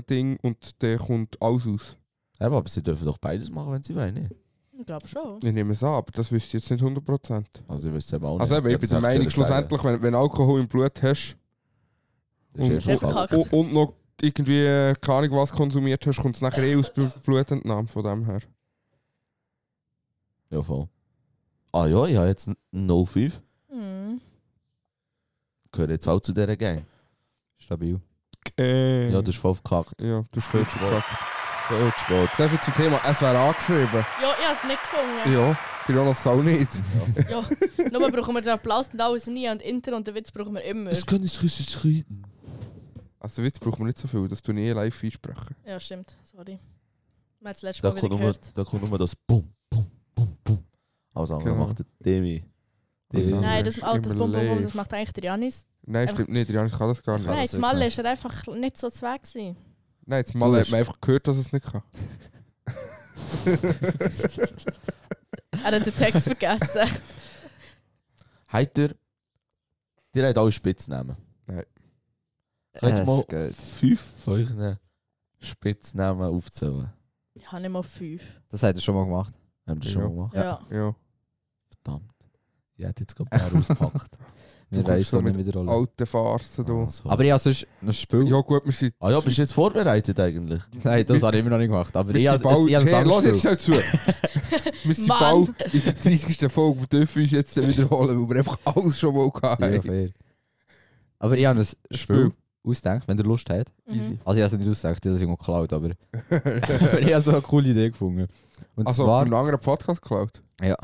Speaker 4: Ding und dann kommt alles aus.
Speaker 3: Eben, aber sie dürfen doch beides machen, wenn sie wollen. Nicht?
Speaker 1: Ich glaube schon.
Speaker 4: Ich nehme es an, aber das wüsste ich jetzt nicht 100%.
Speaker 3: Also ich wüsste eben auch
Speaker 4: Also
Speaker 3: nicht.
Speaker 4: eben, ich bin der Meinung, schlussendlich, wenn, wenn Alkohol im Blut hast,
Speaker 3: Das ist
Speaker 1: Und-
Speaker 3: einfach
Speaker 1: Verkackt.
Speaker 4: Und, und noch irgendwie äh, keine Ahnung was konsumiert hast, kommt es nachher eh aus Bl- Blutentnahme von dem her.
Speaker 3: Ja, voll. Ah ja, ich habe jetzt No 05.
Speaker 1: Hm.
Speaker 3: Gehöre jetzt auch zu dieser Gang.
Speaker 7: Stabil.
Speaker 4: Äh,
Speaker 3: Ja, das ist voll verkackt.
Speaker 4: ja, das ist falsch verkackt.
Speaker 3: Feldsport.
Speaker 4: Sehr viel zum Thema, es wäre angeschrieben.
Speaker 1: Ja, ich habe es nicht gefunden.
Speaker 4: Ja, die Jonas auch nicht.
Speaker 1: Nur brauchen wir den Applaus und alles nie und Inter und den Witz brauchen wir immer.
Speaker 3: Das kann ich richtig schreiten.
Speaker 4: Also Witz braucht man nicht so viel, das tue ich eh live einsprechen.
Speaker 1: Ja, stimmt. Sorry. Man hat das letzte
Speaker 3: Da
Speaker 1: Mal wieder
Speaker 3: kommt, nur,
Speaker 1: gehört.
Speaker 3: da kommt nur das Bum, Bum, Bum, Bum. Alles andere
Speaker 4: Genau.
Speaker 3: macht der Demi.
Speaker 7: Also-
Speaker 3: Demi.
Speaker 1: Nein, das ist
Speaker 4: Ist
Speaker 1: altes
Speaker 4: immer
Speaker 1: Bum Bum Bum,
Speaker 4: live.
Speaker 1: das macht eigentlich der Janis.
Speaker 4: Nein,
Speaker 1: Einfach-
Speaker 4: stimmt nicht, die Jonas kann das gar nicht.
Speaker 3: Ja,
Speaker 1: Nein,
Speaker 3: das
Speaker 1: das Mal
Speaker 3: kann.
Speaker 1: ist er einfach nicht so zu weg. gewesen.
Speaker 4: Nein, jetzt mal
Speaker 3: Du
Speaker 4: hat man einfach gehört, dass es nicht kann.
Speaker 1: Er hat den Text vergessen.
Speaker 3: Heute, die haben alle Spitznamen.
Speaker 4: Nein.
Speaker 3: Könnt ihr
Speaker 4: Äh,
Speaker 7: Es
Speaker 3: mal
Speaker 7: geht.
Speaker 3: fünf von euren Spitznamen aufzählen?
Speaker 1: Ich habe nicht mal fünf.
Speaker 7: Das hat er schon mal gemacht.
Speaker 3: Haben wir schon
Speaker 4: Ja.
Speaker 3: mal gemacht?
Speaker 1: Ja.
Speaker 4: Ja.
Speaker 3: Verdammt. Ich hätte jetzt gerade ein paar ausgepackt.
Speaker 7: Wir
Speaker 4: kommst
Speaker 7: reisen
Speaker 4: schon
Speaker 7: nicht wieder alle.
Speaker 4: Alte Farce du.
Speaker 3: Also.
Speaker 7: Aber ich habe sonst ein Spiel.
Speaker 4: Ja gut, wir sind...
Speaker 3: ah ja, bist du jetzt vorbereitet eigentlich?
Speaker 7: Nein, das habe ich immer noch nicht gemacht. Aber
Speaker 4: wir
Speaker 7: ich
Speaker 4: sind
Speaker 7: habe
Speaker 4: bald...
Speaker 7: ich habe
Speaker 4: Hey,
Speaker 7: ein
Speaker 4: lass jetzt
Speaker 7: Sangspiel.
Speaker 4: schnell zu. wir sind
Speaker 1: Mann.
Speaker 4: bald in der 30. Folge, wir dürfen uns jetzt wiederholen, weil wir einfach alles schon mal gehabt
Speaker 7: Ja,
Speaker 4: haben.
Speaker 7: fair. Aber ich habe ein Spiel
Speaker 4: Spiel.
Speaker 7: ausgedacht, wenn ihr Lust habt.
Speaker 1: Mhm.
Speaker 7: Also ich habe es nicht ausgedacht, ich habe es irgendwo geklaut, aber, aber ich habe so eine coole Idee gefunden. Und
Speaker 4: also,
Speaker 7: zwar...
Speaker 4: von einem anderen Podcast geklaut?
Speaker 7: Ja.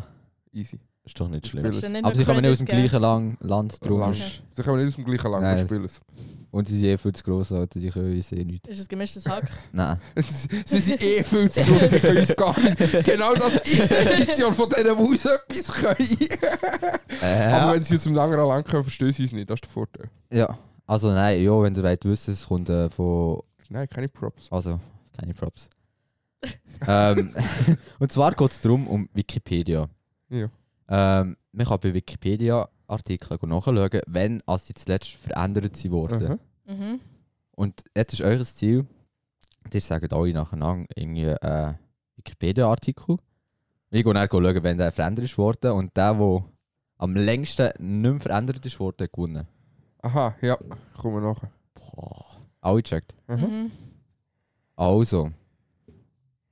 Speaker 4: Easy.
Speaker 3: Ist doch nicht schlimm.
Speaker 1: Kannst du nicht
Speaker 7: Aber
Speaker 1: noch
Speaker 7: sie kommen nicht aus dem
Speaker 1: Credits geben?
Speaker 7: gleichen Lang Land, drum
Speaker 4: Lang.
Speaker 7: ist-
Speaker 4: Sie können nicht aus dem gleichen Land
Speaker 7: Nein.
Speaker 4: spielen.
Speaker 7: Und sie sind eh viel zu gross, Alter, die können uns eh nicht.
Speaker 1: Ist ein gemischtes Hack.
Speaker 7: Nein.
Speaker 4: Sie sind eh viel zu groß, die können es gar nicht. Genau das ist die Definition von denen, die uns etwas können. Aber
Speaker 7: Äh,
Speaker 4: wenn sie aus dem anderen Land kommen, verstehen sie es nicht. Das ist der Vorteil.
Speaker 7: ja. Also nein, ja, wenn ihr wollt wissen, es kommt äh, von...
Speaker 4: Nein, keine Props.
Speaker 7: Also, keine Props. ähm, und zwar geht es darum, um Wikipedia.
Speaker 4: Ja.
Speaker 7: Ähm, man kann bei Wikipedia Artikel nachschauen, wenn als sie zuletzt verändert sie wurden.
Speaker 4: Aha.
Speaker 1: Mhm.
Speaker 7: Und jetzt ist euer Ziel, ihr sagt alle nacheinander irgendwie äh, Wikipedia-Artikel. Ich gehe dann schauen, wenn der verändert ist worden und der, der am längsten nicht mehr verändert ist worden, hat gewonnen.
Speaker 4: Aha, ja. Kommen wir nachher.
Speaker 7: Alle gecheckt.
Speaker 4: Mhm.
Speaker 1: Mhm.
Speaker 7: Also.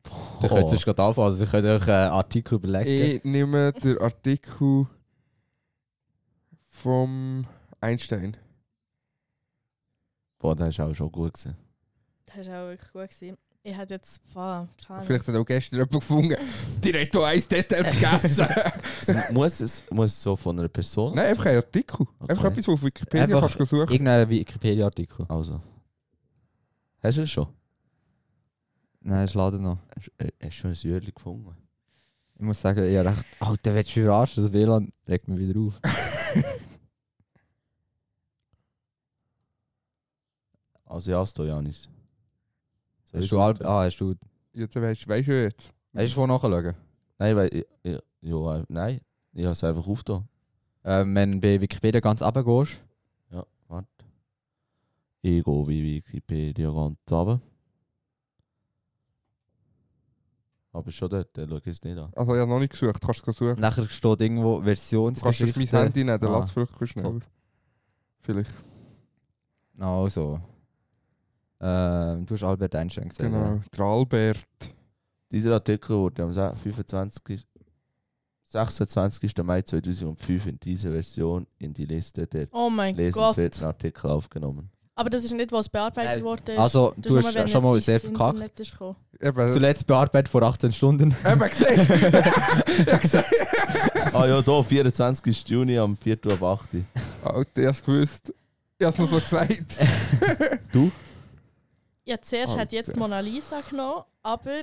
Speaker 3: Oh.
Speaker 7: Ihr könnt sonst gerade anfangen, also ihr könnt euch einen Artikel überlegen.
Speaker 4: Ich nehme den Artikel vom Einstein.
Speaker 3: Boah, das ist auch schon gut gewesen.
Speaker 1: Das war auch wirklich gut. Gewesen. Ich hätte jetzt... Boah, keine Ahnung.
Speaker 4: Vielleicht hat auch gestern jemand gefunden. Direkt ein Detail vergessen.
Speaker 3: Es Also, muss, es muss so von einer Person.
Speaker 4: Nein, einfach ein Artikel. Einfach
Speaker 3: Okay.
Speaker 4: etwas, was auf Wikipedia
Speaker 7: Einfach
Speaker 4: kannst du suchen.
Speaker 7: Irgendein Wikipedia-Artikel.
Speaker 3: Also. Hast du es schon?
Speaker 7: Nein, ich lade noch.
Speaker 3: Hast hast du schon ein Jürgen gefunden?
Speaker 7: Ich muss sagen, ja recht. Alter, willst du mich verarschen? Das WLAN regt mich wieder auf.
Speaker 3: Also ja, hast du Janis. Soll ich
Speaker 7: Hast du
Speaker 3: schon-
Speaker 7: Al ah, hast du.
Speaker 4: Jetzt weißt, weißt du jetzt.
Speaker 7: Hast du wo nachschauen?
Speaker 3: Nein, weil ich, ich, ja, äh, nein, ich habe es einfach aufgetan.
Speaker 7: Ähm, wenn du bei Wikipedia ganz runter gehst,
Speaker 3: Ja, warte. Ich gehe wie Wikipedia ganz runter. Aber schon dort, der schaue ich es nicht an.
Speaker 4: Also ich habe noch nicht gesucht, kannst du es suchen.
Speaker 7: Nachher steht irgendwo
Speaker 4: Du kannst erst mein
Speaker 7: Versionsgeschichte.
Speaker 4: Handy nehmen, dann
Speaker 7: Ah.
Speaker 4: lass es vielleicht ein bisschen schneller. Vielleicht,
Speaker 7: Also. Ähm, du hast Albert Einstein gesehen.
Speaker 4: genau. Der Albert.
Speaker 3: Dieser Artikel wurde am 25. 26. Mai 2005 in dieser Version in die Liste der
Speaker 1: Oh mein Gott.
Speaker 3: lesenswerten Artikel aufgenommen.
Speaker 1: Aber das ist nicht, was bearbeitet
Speaker 7: Nein.
Speaker 1: worden ist.
Speaker 3: Ah,
Speaker 7: Also,
Speaker 1: Das
Speaker 7: du
Speaker 1: ist
Speaker 7: hast
Speaker 1: nur, wenn
Speaker 7: schon mal
Speaker 1: etwas
Speaker 7: sehr
Speaker 1: ins
Speaker 7: verkackt.
Speaker 1: Internet ist gekommen.
Speaker 4: Eben,
Speaker 7: Zuletzt bearbeitet vor 18 Stunden.
Speaker 4: eben siehst du.
Speaker 3: ah ja, da, 24. Juni am 4. ab 8. Uhr.
Speaker 4: Alter, ich hab's gewusst. Ich hab's nur so gesagt.
Speaker 1: Ja, zuerst hat
Speaker 4: Alter.
Speaker 1: jetzt Mona Lisa genommen, aber.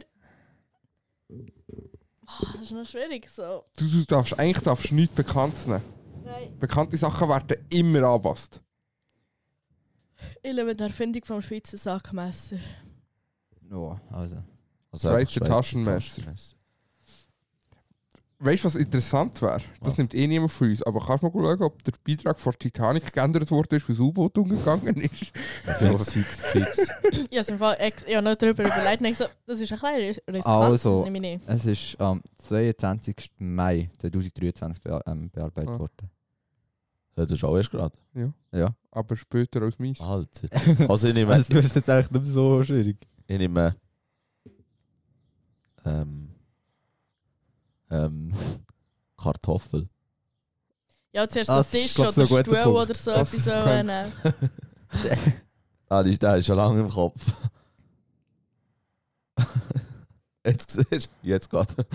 Speaker 1: Ah, Das ist noch schwierig so.
Speaker 4: Du, du darfst eigentlich darfst du nichts Bekanntes nehmen. Bekannte Sachen werden immer angepasst.
Speaker 1: Ich lebe mit der Erfindung vom Schweizer Sackmesser.
Speaker 7: Ja, also.
Speaker 3: Also
Speaker 4: Schweizer
Speaker 3: einfach
Speaker 4: Taschenmesser. Weißt du, was interessant wäre? Das
Speaker 3: Was?
Speaker 4: nimmt eh niemand von uns. Aber kannst du mal schauen, ob der Beitrag von Titanic geändert worden ist, weil das U-Boot umgegangen ist?
Speaker 3: Fix, fix, fix.
Speaker 1: Ich habe im Fall ex ich hab noch darüber überlegt und ich so, das ist ein kleiner riskant.
Speaker 7: Also.
Speaker 1: nehme ich nicht.
Speaker 7: Es ist am 22. Mai 2023 bea- ähm, bearbeitet
Speaker 4: Ah.
Speaker 7: worden.
Speaker 3: Ja, das ist auch erst gerade.
Speaker 7: Ja.
Speaker 4: Aber später als meins.
Speaker 3: Alter. Also ich nehme,
Speaker 7: Also, du bist jetzt eigentlich nicht mehr so schwierig.
Speaker 3: ich nehme ähm, ähm, Kartoffel.
Speaker 1: Ja, zuerst so
Speaker 7: Ah, das ist,
Speaker 1: Tisch
Speaker 7: glaub
Speaker 1: oder
Speaker 7: ich, so
Speaker 1: Stuhl
Speaker 7: ein guter Punkt.
Speaker 1: oder so
Speaker 4: Das
Speaker 1: etwas. so,
Speaker 4: könnte-
Speaker 1: äh, nehmen.
Speaker 3: Ah, die- der ist schon lange im Kopf. Jetzt siehst du, jetzt geht er.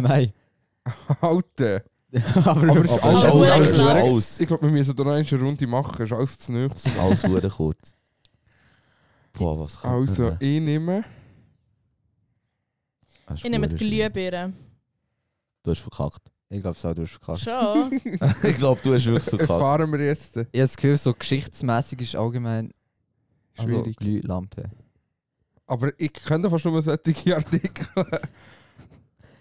Speaker 7: Mai.
Speaker 4: Alter!
Speaker 7: Aber
Speaker 4: ist
Speaker 7: aber-
Speaker 1: alles-
Speaker 4: alles-
Speaker 7: aber-
Speaker 1: alles-
Speaker 7: aber-
Speaker 3: Aus,
Speaker 4: Ich glaube, wir müssen da noch eine Runde machen. Ist alles zu neu.
Speaker 3: alles wurde kurz. Boah, was kann
Speaker 4: Also, ich nehme.
Speaker 1: Ich nehme die Glühbirne.
Speaker 3: Du hast verkackt.
Speaker 7: Ich glaube, es auch durchgekackt.
Speaker 1: Schon?
Speaker 3: ich glaube, du hast wirklich Also, verkackt.
Speaker 4: Erfahren wir jetzt.
Speaker 7: Ich habe das Gefühl, so geschichtsmäßig ist allgemein also
Speaker 4: Schwierig.
Speaker 7: Glühlampe.
Speaker 4: Aber ich kenne fast nur solche Artikel.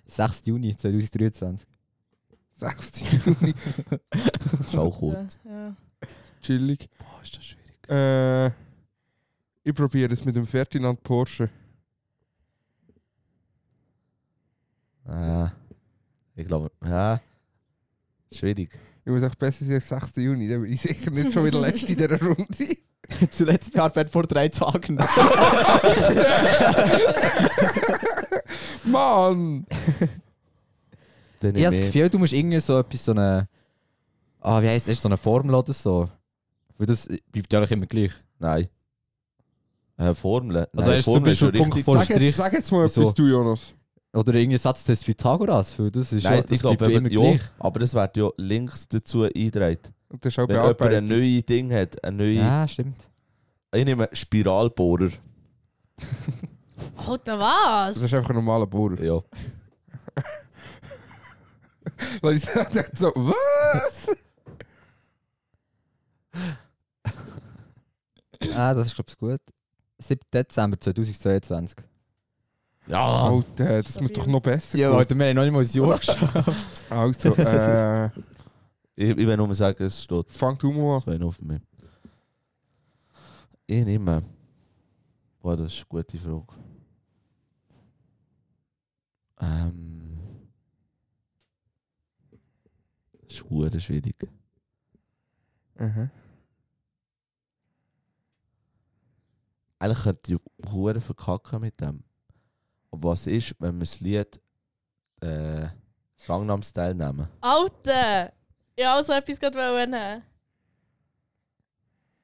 Speaker 7: 6. Juni 2023.
Speaker 4: 60 Juni.
Speaker 3: Das ist auch kurz.
Speaker 1: Ja.
Speaker 4: Chillig.
Speaker 3: Boah, ist das schwierig.
Speaker 4: Äh, ich probiere es mit dem Ferdinand Porsche.
Speaker 3: Ja. Ich glaube, ja. Schwierig.
Speaker 4: Ich muss echt besser sein als 6. Juni, dann bin ich sicher nicht schon wieder letzte in dieser Runde.
Speaker 7: Zuletzt bearbeitet vor drei Tagen.
Speaker 4: Mann!
Speaker 3: Dann
Speaker 7: Ich habe das
Speaker 3: nehme
Speaker 7: Gefühl, du musst irgendwie so etwas, so eine. Ah, wie heisst es? So eine Formel oder so. Weil das bleibt ja eigentlich immer gleich.
Speaker 3: Nein. Äh, Formel.
Speaker 7: Also
Speaker 3: Nein,
Speaker 7: hast du
Speaker 3: Formel
Speaker 7: zum
Speaker 3: schon
Speaker 7: Beispiel
Speaker 3: richtig.
Speaker 7: Punkt vor-
Speaker 4: Sag jetzt,
Speaker 7: Strich.
Speaker 4: sag jetzt mal
Speaker 7: Wieso?
Speaker 4: etwas, du Jonas.
Speaker 7: Oder irgendein Satz des Pythagoras. Weil das ist
Speaker 3: Nein,
Speaker 7: ja, das
Speaker 3: ich glaube,
Speaker 7: bleibt
Speaker 3: eben,
Speaker 7: immer
Speaker 3: ja,
Speaker 7: gleich.
Speaker 3: aber es wird ja links dazu eingetragen.
Speaker 4: Und das ist auch
Speaker 3: Wenn jemand
Speaker 4: bearbeitet.
Speaker 3: ein neues Ding hat, ein neues.
Speaker 7: Ja, stimmt.
Speaker 3: Ich nehme Spiralbohrer.
Speaker 1: Alter,
Speaker 4: Das ist
Speaker 1: was?
Speaker 4: einfach ein normaler Bauer.
Speaker 3: Ja.
Speaker 4: Weil ich dachte so, was?
Speaker 7: Ah, das ist, glaube ich, gut. 7. Dezember 2022.
Speaker 3: Ja.
Speaker 4: Alter, das muss doch noch besser
Speaker 7: Ja,
Speaker 4: gehen.
Speaker 7: Leute, wir haben noch nicht mal ein Jahr geschafft.
Speaker 4: Also, äh,
Speaker 3: Ich, ich will nur sagen, es steht
Speaker 4: fang du mal an.
Speaker 3: 2-0 für mich. Ich nehme. Boah, das ist eine gute Frage. Ähm. Das ist hure schwierig.
Speaker 4: Mhm.
Speaker 3: Eigentlich könnte ich hure verkacken mit dem. Aber was ist, wenn wir das Lied äh, Gangnam Style nehmen?
Speaker 1: Alter! Ich wollte auch so etwas gerade wollen äh, nehmen.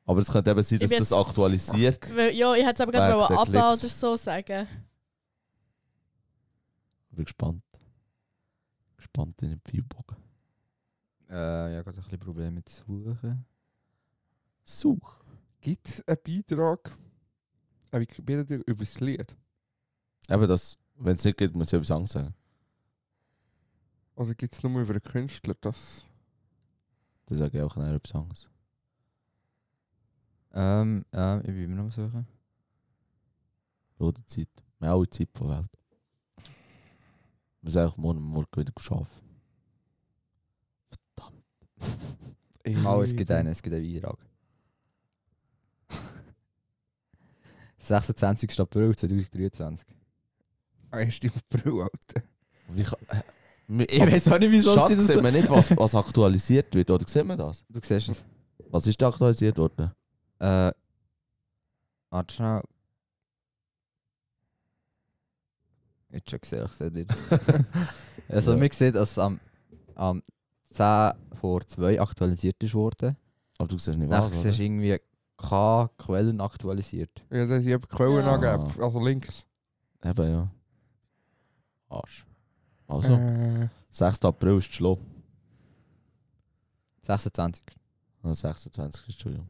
Speaker 3: Aber es könnte eben sein, dass
Speaker 1: bin
Speaker 3: das
Speaker 1: jetzt-
Speaker 3: aktualisiert.
Speaker 1: Weil, ja, ich hätte es aber
Speaker 3: Back
Speaker 1: gerade wollen
Speaker 3: the
Speaker 1: Abba oder
Speaker 3: clips.
Speaker 1: so sagen.
Speaker 3: Bin gespannt. Gespannt in den Pfeilbogen.
Speaker 7: Äh, ja, gerade ein bisschen Probleme mit Suchen.
Speaker 3: Such.
Speaker 4: Gibt es einen Beitrag? Äh, Ich bitte dir über das Lied.
Speaker 3: Eben das, wenn es nicht geht, muss ich etwas anderes sagen.
Speaker 4: Oder gibt es nur über einen Künstler? Das
Speaker 3: Dann sage ich auch nachher etwas anderes.
Speaker 7: Ähm, ähm, ich bin immer noch am Suchen.
Speaker 3: Rote Zeit. Wir haben alle Zeit von Welt. Wir sind auch morgen, morgen wieder arbeiten. Verdammt.
Speaker 7: Oh, es gibt einen, es gibt einen Beitrag. 26. April 2023.
Speaker 4: Ah, ist die Brille, Alter.
Speaker 3: Und ich, äh, wir,
Speaker 7: Ich weiß auch nicht, wieso
Speaker 3: Schatz,
Speaker 7: sie das
Speaker 3: sieht
Speaker 7: so...
Speaker 3: man nicht, was, was aktualisiert wird, oder sieht man das?
Speaker 7: Du siehst es.
Speaker 3: Was ist da aktualisiert worden?
Speaker 7: Äh... Warte schnell. Jetzt schon gesehen, ich sehe nicht. also,
Speaker 3: Ja.
Speaker 7: wir sehen, dass es am, am 10 vor 2 aktualisiert ist worden.
Speaker 3: Aber du siehst nicht
Speaker 7: Nachher
Speaker 3: was,
Speaker 7: ist
Speaker 3: oder?
Speaker 7: irgendwie keine Quellen aktualisiert.
Speaker 4: Ja, das ist eben Quellen
Speaker 1: Ja.
Speaker 4: angegeben, also links.
Speaker 3: Eben, ja. Arsch. Also,
Speaker 4: Äh,
Speaker 3: 6. April ist Schluss.
Speaker 7: 26.
Speaker 3: Ah, 26. Entschuldigung.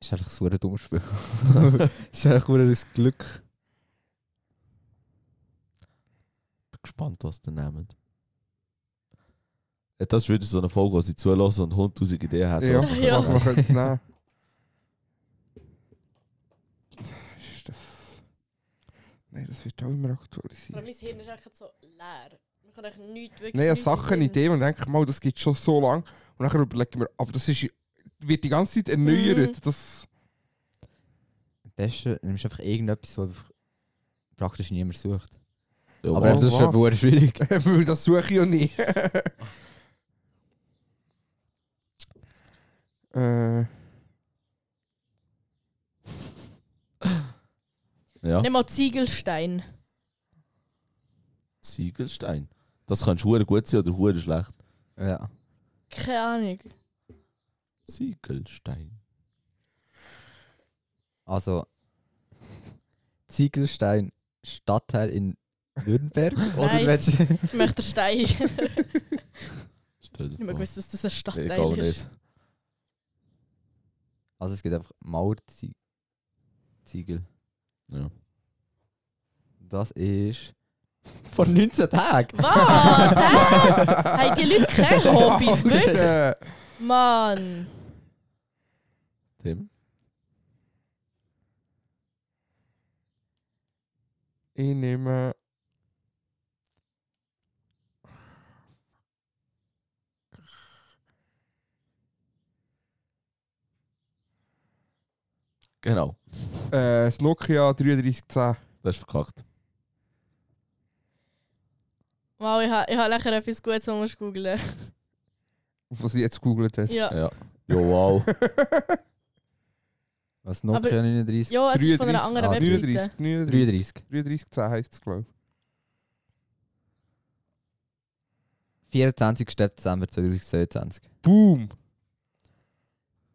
Speaker 7: Ist einfach so ein dummes Spiel. ist einfach nur das Glück.
Speaker 3: Bin gespannt, was ihr nehmt. Ja, Das ist wieder so eine Folge, wo sie zulassen und 100'000 Ideen hat.
Speaker 4: ja,
Speaker 3: was man
Speaker 1: Ja.
Speaker 4: was
Speaker 3: kann
Speaker 4: man
Speaker 3: machen.
Speaker 4: könnte nehmen. Ist das... Nein, das wird auch immer
Speaker 1: Aber
Speaker 4: aktualisiert.
Speaker 1: mein Hirn ist einfach so leer. Man kann eigentlich nichts wirklich.
Speaker 4: Nein, ich habe
Speaker 1: nichts
Speaker 4: Sachen,
Speaker 1: in den
Speaker 4: Ideen und denke mal, das gibt schon so lange. Und dann überlege ich mir, aber das ist, wird die ganze Zeit erneuert.
Speaker 1: Mhm.
Speaker 4: Das,
Speaker 7: Am besten nimmst du einfach irgendetwas, was einfach praktisch niemand sucht.
Speaker 3: Ja,
Speaker 7: Aber
Speaker 3: was?
Speaker 7: das ist schon
Speaker 4: was?
Speaker 7: verdammt schwierig.
Speaker 4: weil das suche ich ja nie. äh,
Speaker 3: ja.
Speaker 1: Nimm mal Ziegelstein.
Speaker 3: Ziegelstein. Das kannst hure gut sein oder hure schlecht.
Speaker 7: Ja.
Speaker 1: Keine Ahnung.
Speaker 3: Ziegelstein.
Speaker 7: Also, Ziegelstein, Stadtteil in Nürnberg? Oder
Speaker 1: Nein.
Speaker 7: willst du.
Speaker 1: Ich möchte den Stein. ich habe
Speaker 3: Stell dir
Speaker 1: nicht mehr
Speaker 3: vor.
Speaker 1: gewusst, dass das ein
Speaker 3: Ich
Speaker 1: Stadtteil
Speaker 3: glaube
Speaker 1: ist.
Speaker 3: nicht.
Speaker 7: Also, es gibt einfach Mauerziegel.
Speaker 3: Ja.
Speaker 7: Das ist. Vor 19 Tagen!
Speaker 1: Ah, Was? Hä? Haben die Leute keine Hobbys? Wirklich?
Speaker 4: äh,
Speaker 1: Mann.
Speaker 3: Tim?
Speaker 4: ich nehme.
Speaker 3: Genau.
Speaker 4: Äh, das Nokia 3310.
Speaker 3: Das ist verkackt.
Speaker 1: Wow, ich habe ich ha nachher etwas Gutes, was musst googeln.
Speaker 4: Was ich jetzt gegoogelt habe.
Speaker 1: Ja.
Speaker 3: Ja. Jo, wow.
Speaker 7: Was Nokia 39?
Speaker 1: ja, Oh, es ist von einer
Speaker 4: 33,
Speaker 1: anderen
Speaker 7: ah,
Speaker 1: Webseite.
Speaker 4: 39, 39,
Speaker 7: 33.
Speaker 4: 3310 heisst es, glaube
Speaker 7: 24. Dezember 2022.
Speaker 4: ich. Boom!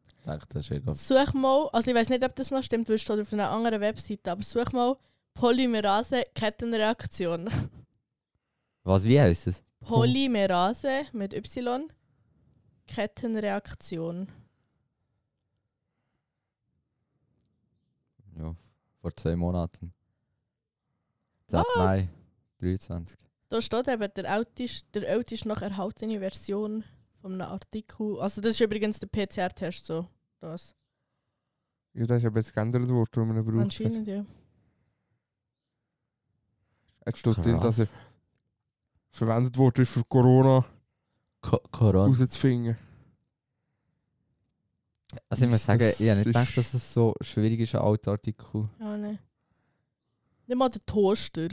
Speaker 3: Ich denke, das ist eh egal.
Speaker 1: Such mal, also ich weiß nicht, ob das noch stimmt, weil es steht auf einer anderen Webseite, aber such mal Polymerase Kettenreaktion.
Speaker 7: Was, wie heißt es?
Speaker 1: Polymerase mit Y Kettenreaktion.
Speaker 7: Ja, vor zwei Monaten. 10.
Speaker 1: Was?
Speaker 7: Mai 23.
Speaker 1: Da steht eben, der älteste, der älteste noch erhaltene Version von einem Artikel. Also das ist übrigens der PCR-Test so. Das.
Speaker 4: Ja, das ist aber jetzt geändert worden, weil man ihn braucht.
Speaker 1: Anscheinend, ja.
Speaker 4: Jetzt steht drin, dass er
Speaker 7: Krass.
Speaker 4: verwendet wurde, für Corona
Speaker 3: Ko- Koran.
Speaker 4: rauszufinden.
Speaker 7: Also ich muss
Speaker 4: Ist
Speaker 7: sagen,
Speaker 4: das-
Speaker 7: ich habe nicht gedacht,
Speaker 4: ist-
Speaker 7: dass es so schwierig ist, ein alter Artikel.
Speaker 1: Ja, Ah, nein. Nimm mal den Toaster.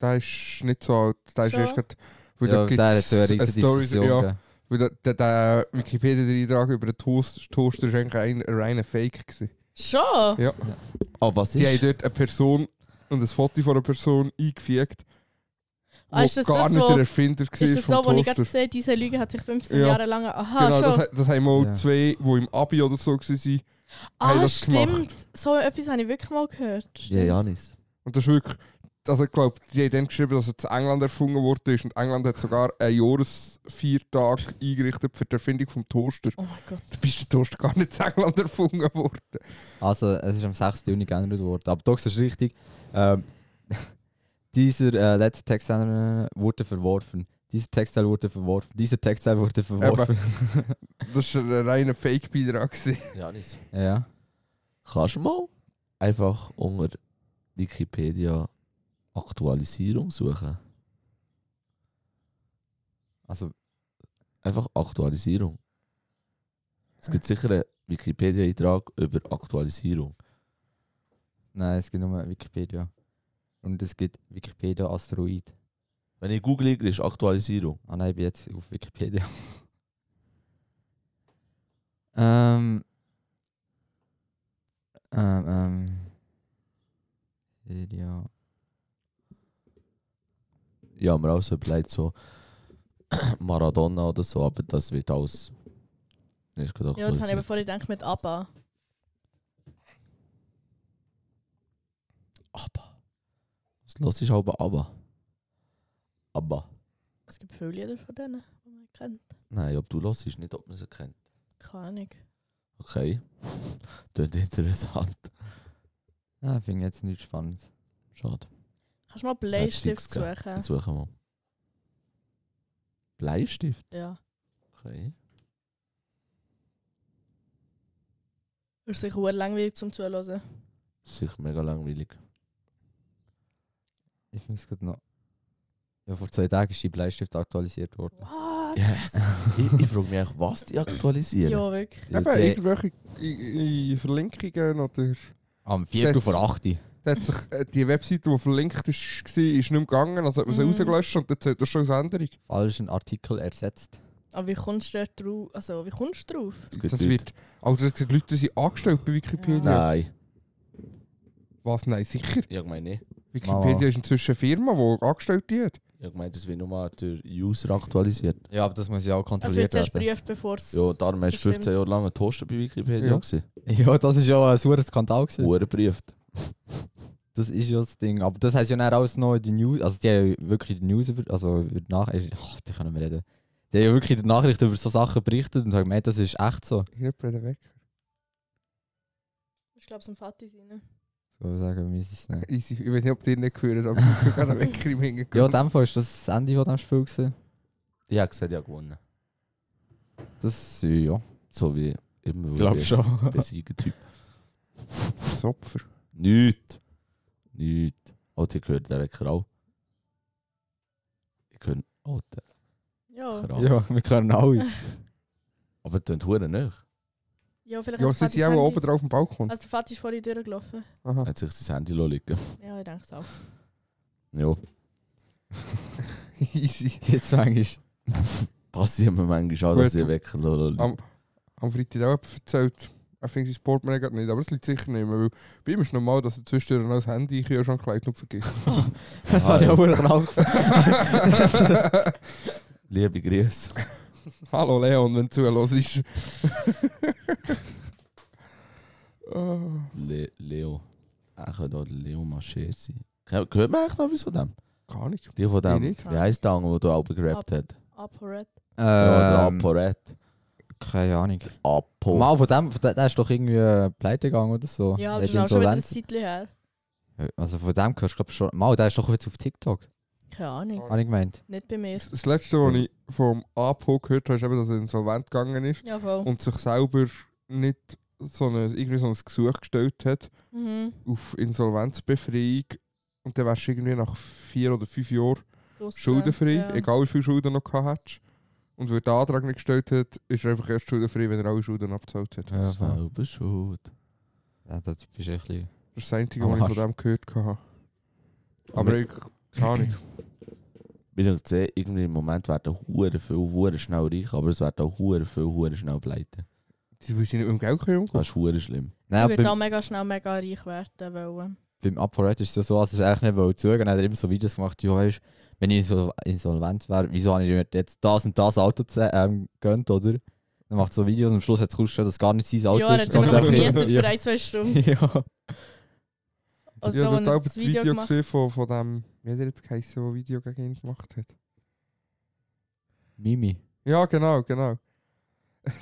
Speaker 4: Der ist nicht so alt. Der ist
Speaker 1: So?
Speaker 4: erst gerade. Weil
Speaker 7: Ja,
Speaker 4: da
Speaker 7: da hat
Speaker 4: gibt's
Speaker 7: so eine riesige
Speaker 4: Story-
Speaker 7: Diskussion
Speaker 4: Ja,
Speaker 7: gegeben.
Speaker 4: weil der, der, der Wikipedia-Eintrag über den Toast, Toaster ist eigentlich ein ein reiner Fake. Gewesen.
Speaker 1: Schon?
Speaker 4: Ja.
Speaker 3: Aber Ah, was
Speaker 4: Die haben
Speaker 3: ist?
Speaker 4: dort eine Person und ein Foto von einer Person eingefegt,
Speaker 1: Ah, ist
Speaker 4: wo
Speaker 1: das
Speaker 4: gar
Speaker 1: das,
Speaker 4: nicht
Speaker 1: wo-
Speaker 4: der Erfinder war
Speaker 1: Ist das
Speaker 4: vom
Speaker 1: da, wo ich
Speaker 4: Toaster.
Speaker 1: gerade sehe, diese Lüge hat sich 15
Speaker 4: Ja.
Speaker 1: Jahre lang... Aha,
Speaker 4: genau,
Speaker 1: schon.
Speaker 4: das, ha- das haben mal
Speaker 7: Ja.
Speaker 4: zwei, die im Abi oder so waren.
Speaker 1: Ah,
Speaker 4: haben das
Speaker 1: stimmt.
Speaker 4: gemacht.
Speaker 1: So etwas habe ich wirklich mal gehört.
Speaker 3: Ja, Janis.
Speaker 4: Und das ist wirklich. Also ich glaube, die haben dann geschrieben, dass es in England erfunden wurde. Und England hat sogar einen Jahresviertag eingerichtet für die Erfindung vom Toaster.
Speaker 1: Oh mein Gott.
Speaker 4: Du bist der Toast gar nicht in England erfunden worden.
Speaker 7: Also es ist am 6. Juni geändert worden. Aber doch, ist richtig. Ähm, dieser äh, letzte Textteil äh, wurde verworfen. Dieser Textteil wurde verworfen. Dieser Textteil wurde verworfen.
Speaker 4: Das war ein reiner Fake-Beitrag. gewesen.
Speaker 3: Janis.
Speaker 7: ja.
Speaker 3: Kannst du mal einfach unter Wikipedia Aktualisierung suchen?
Speaker 7: Also
Speaker 3: Einfach Aktualisierung. Es gibt sicher einen Wikipedia-Eintrag über Aktualisierung.
Speaker 7: nein, es gibt nur Wikipedia. Und es gibt Wikipedia Asteroid.
Speaker 3: Wenn ich google, ist Aktualisierung.
Speaker 7: Ah nein, ich bin jetzt auf Wikipedia. ähm, Ähm, ähm. Ja.
Speaker 3: Ja, mir auch so überlegt, so Maradona oder so, aber das wird alles. Ich gedacht,
Speaker 1: Ja, jetzt
Speaker 3: das
Speaker 1: habe ich eben
Speaker 3: wird-
Speaker 1: vorhin gedacht mit ABBA.
Speaker 3: Aber. Was los ist aber aber. Aber.
Speaker 1: Es gibt viele Lieder von denen, die man kennt.
Speaker 3: Nein, ob du los ist, nicht ob man sie kennt.
Speaker 1: Keine Ahnung.
Speaker 3: Okay. Tönt interessant.
Speaker 7: Ah, finde ich jetzt nicht spannend.
Speaker 3: Schade.
Speaker 1: Kannst du mal
Speaker 3: hat
Speaker 1: Bleistift
Speaker 3: Sticks gehabt.
Speaker 1: suchen?
Speaker 3: Jetzt suchen wir. Bleistift?
Speaker 1: Ja.
Speaker 3: Okay.
Speaker 1: Ist sicher sehr langweilig zum Zuhören.
Speaker 3: Das ist sicher mega langweilig.
Speaker 7: Ich finde es gerade noch. Ja, vor zwei Tagen ist die Bleistift aktualisiert worden.
Speaker 1: Was?
Speaker 3: Yes. ich ich frage mich eigentlich, was die aktualisieren.
Speaker 1: Ja, wirklich.
Speaker 7: Ja,
Speaker 4: Eben,
Speaker 7: der-
Speaker 4: irgendwelche i- i- Verlinkungen oder.
Speaker 7: am Viertel
Speaker 4: Jetzt-
Speaker 7: vor 8. Uhr.
Speaker 4: Da hat sich, äh, die Webseite, die verlinkt ist, war, ist nicht mehr gegangen, also hat man sie
Speaker 1: Mhm.
Speaker 4: rausgelöscht und jetzt hat das schon als Änderung.
Speaker 7: Falschen Artikel ersetzt.
Speaker 1: Aber wie kommst du dort drauf? Also, wie kommst du drauf?
Speaker 3: Es gibt
Speaker 4: das
Speaker 3: Leute-
Speaker 4: wird. Also, es sind Leute, dus die sind angestellt bei Wikipedia.
Speaker 3: Nein,
Speaker 4: Was? Nein, sicher.
Speaker 3: ich meine nicht.
Speaker 4: Wikipedia
Speaker 7: Mama.
Speaker 4: ist inzwischen eine Firma, die Angestellte hat.
Speaker 3: Ich meine, das wird nur durch User aktualisiert.
Speaker 7: Ja, aber das muss ja auch
Speaker 1: Das wird
Speaker 7: kontrolliert
Speaker 1: zuerst
Speaker 7: werden.
Speaker 1: geprüft, bevor es.
Speaker 3: Ja, darum hast du
Speaker 1: Das
Speaker 3: 15
Speaker 1: stimmt.
Speaker 3: Jahre lang ein Toaster bei Wikipedia
Speaker 4: Ja.
Speaker 3: gesehen.
Speaker 7: Ja, das ist ja ein sauer Skandal gewesen.
Speaker 3: Uhren geprüft.
Speaker 7: Das ist ja das Ding. Aber das heisst ja dann alles noch in die News. Also, die haben ja wirklich die News über. Also, über die Nachrichten. Oh, die können wir reden. Die haben ja wirklich in den Nachrichten über so Sachen berichtet und sagen, hey, das ist echt so.
Speaker 4: Ich habe den weg.
Speaker 1: Ich glaube, es ist ein Vati sein.
Speaker 7: Ich würde sagen, wir müssen es nehmen.
Speaker 4: Easy. Ich weiß nicht, ob die ihn nicht gehört aber ich habe gerade weg im
Speaker 7: Ja, in
Speaker 4: Hintergrund.
Speaker 7: dem Fall ist das das Ende von diesem Spiel. Gewesen.
Speaker 3: Ich habe gesagt, ich habe gewonnen.
Speaker 7: Das, ja.
Speaker 3: So wie immer.
Speaker 7: Glaub
Speaker 3: ich
Speaker 7: schon.
Speaker 3: Besieger Typ.
Speaker 4: Das Opfer.
Speaker 3: Nicht. Nicht. Alter, ich höre Oh, den Wecker auch. Ich höre oh, Alter,
Speaker 1: Ja.
Speaker 3: Wecker auch.
Speaker 7: Ja, wir können alle.
Speaker 3: Aber das tönt Huren nicht.
Speaker 1: Ja, vielleicht
Speaker 4: Ja,
Speaker 1: hat
Speaker 4: sie
Speaker 1: Vati
Speaker 4: sind auch
Speaker 1: sein
Speaker 4: oben
Speaker 1: Handy-
Speaker 4: drauf dem Balkon.
Speaker 1: Also, der Vati ist vorhin durchgelaufen.
Speaker 4: Aha.
Speaker 3: Er hat sich sein Handy liegen lassen.
Speaker 1: Ja, ich denke es auch.
Speaker 3: Ja,
Speaker 4: Easy.
Speaker 7: Jetzt manchmal.
Speaker 3: passiert mir manchmal auch, dass
Speaker 4: Gut.
Speaker 3: ich Wecker liegen
Speaker 4: Am, am Freitag hat auch jemand erzählt, er findet sein Portemonnaie gerade nicht, aber es liegt sicher nicht mehr, weil bei ihm ist normal, dass er zwischendurch noch das Handy in den Kühlschrank legt und vergisst.
Speaker 7: Das war ja auch nachgefragt.
Speaker 3: Liebe Grüße.
Speaker 4: Hallo Leon, wenn du zuhörst. oh.
Speaker 3: Le Leo. Er könnte auch der Leo Mascher sein. Hört man eigentlich noch etwas von dem?
Speaker 4: Gar nicht.
Speaker 3: Die von
Speaker 4: Ich
Speaker 3: dem,
Speaker 4: nicht.
Speaker 3: wie heisst der andere, der du auch gerappt
Speaker 1: Ab-
Speaker 3: hat?
Speaker 1: ApoRed.
Speaker 3: Ja, der
Speaker 7: Ähm,
Speaker 3: Aporet.
Speaker 7: keine Ahnung.
Speaker 3: Apo.
Speaker 7: Mal von dem, von dem, der ist doch irgendwie äh, pleite gegangen oder so.
Speaker 1: Ja, aber
Speaker 7: Der
Speaker 1: das
Speaker 7: Ah, ist
Speaker 1: ist auch schon wieder ein
Speaker 7: insolvent.
Speaker 1: Zeitchen her.
Speaker 7: Also von dem gehörst du glaub schon. Mal, der ist doch jetzt auf TikTok.
Speaker 1: Keine Ahnung.
Speaker 7: Habe ich gemeint.
Speaker 1: Nicht bei mir.
Speaker 4: Das letzte, was ich vom APO gehört habe, ist eben, dass er insolvent gegangen ist
Speaker 1: Ja, voll.
Speaker 4: und sich selber nicht so ein, irgendwie so ein Gesuch gestellt hat
Speaker 1: Mhm.
Speaker 4: auf Insolvenzbefreiung. Und dann wärst du irgendwie nach vier oder fünf Jahren
Speaker 1: Draussen.
Speaker 4: schuldenfrei,
Speaker 1: Ja.
Speaker 4: egal wie viele Schulden du noch gehabt hättest. Und weil der Antrag nicht gestellt hat, ist er einfach erst schuldenfrei, wenn er alle Schulden abgezahlt hat.
Speaker 7: Ja, voll.
Speaker 3: Selber schuld.
Speaker 7: ja da bist du ein bisschen.
Speaker 4: Das ist das Einzige,
Speaker 7: Aber
Speaker 4: was ich von
Speaker 7: hast-
Speaker 4: dem gehört habe. Aber ich, keine Ahnung.
Speaker 3: Wie ich sehe, irgendwie im Moment werden Huren viel, Huren schnell reich, aber es werden auch Huren viel, Huren schnell pleite.
Speaker 4: Die will sie nicht mit dem Geld können umgehen.
Speaker 3: Das ist Huren schlimm.
Speaker 7: Nein,
Speaker 1: Ich
Speaker 7: aber
Speaker 1: würde auch
Speaker 7: beim,
Speaker 1: mega schnell mega reich werden wollen.
Speaker 7: beim ApoRed ist es ja so, als es eigentlich nicht wollte zugehen. Dann hat er immer so Videos gemacht, ja weißt wenn ich insol- insolvent wäre, wieso habe ich mir jetzt das und das Auto zu- ähm, gegönnt, oder? Dann macht er so Videos und am Schluss hat es herausgestellt, dass es gar nicht sein Auto
Speaker 1: ja, er hat
Speaker 7: ist.
Speaker 1: immer noch
Speaker 7: sondern-
Speaker 1: gemietet für
Speaker 7: ja.
Speaker 1: ein, zwei Stunden.
Speaker 7: ja.
Speaker 1: Also
Speaker 4: ich
Speaker 1: da,
Speaker 4: habe
Speaker 1: wo er
Speaker 4: total
Speaker 1: das
Speaker 4: das
Speaker 1: Video
Speaker 4: Video
Speaker 1: gemacht
Speaker 4: gesehen von, von dem, wie hat er jetzt geheißen, der Video gegen ihn gemacht hat.
Speaker 7: Mimi.
Speaker 4: Ja, genau, genau.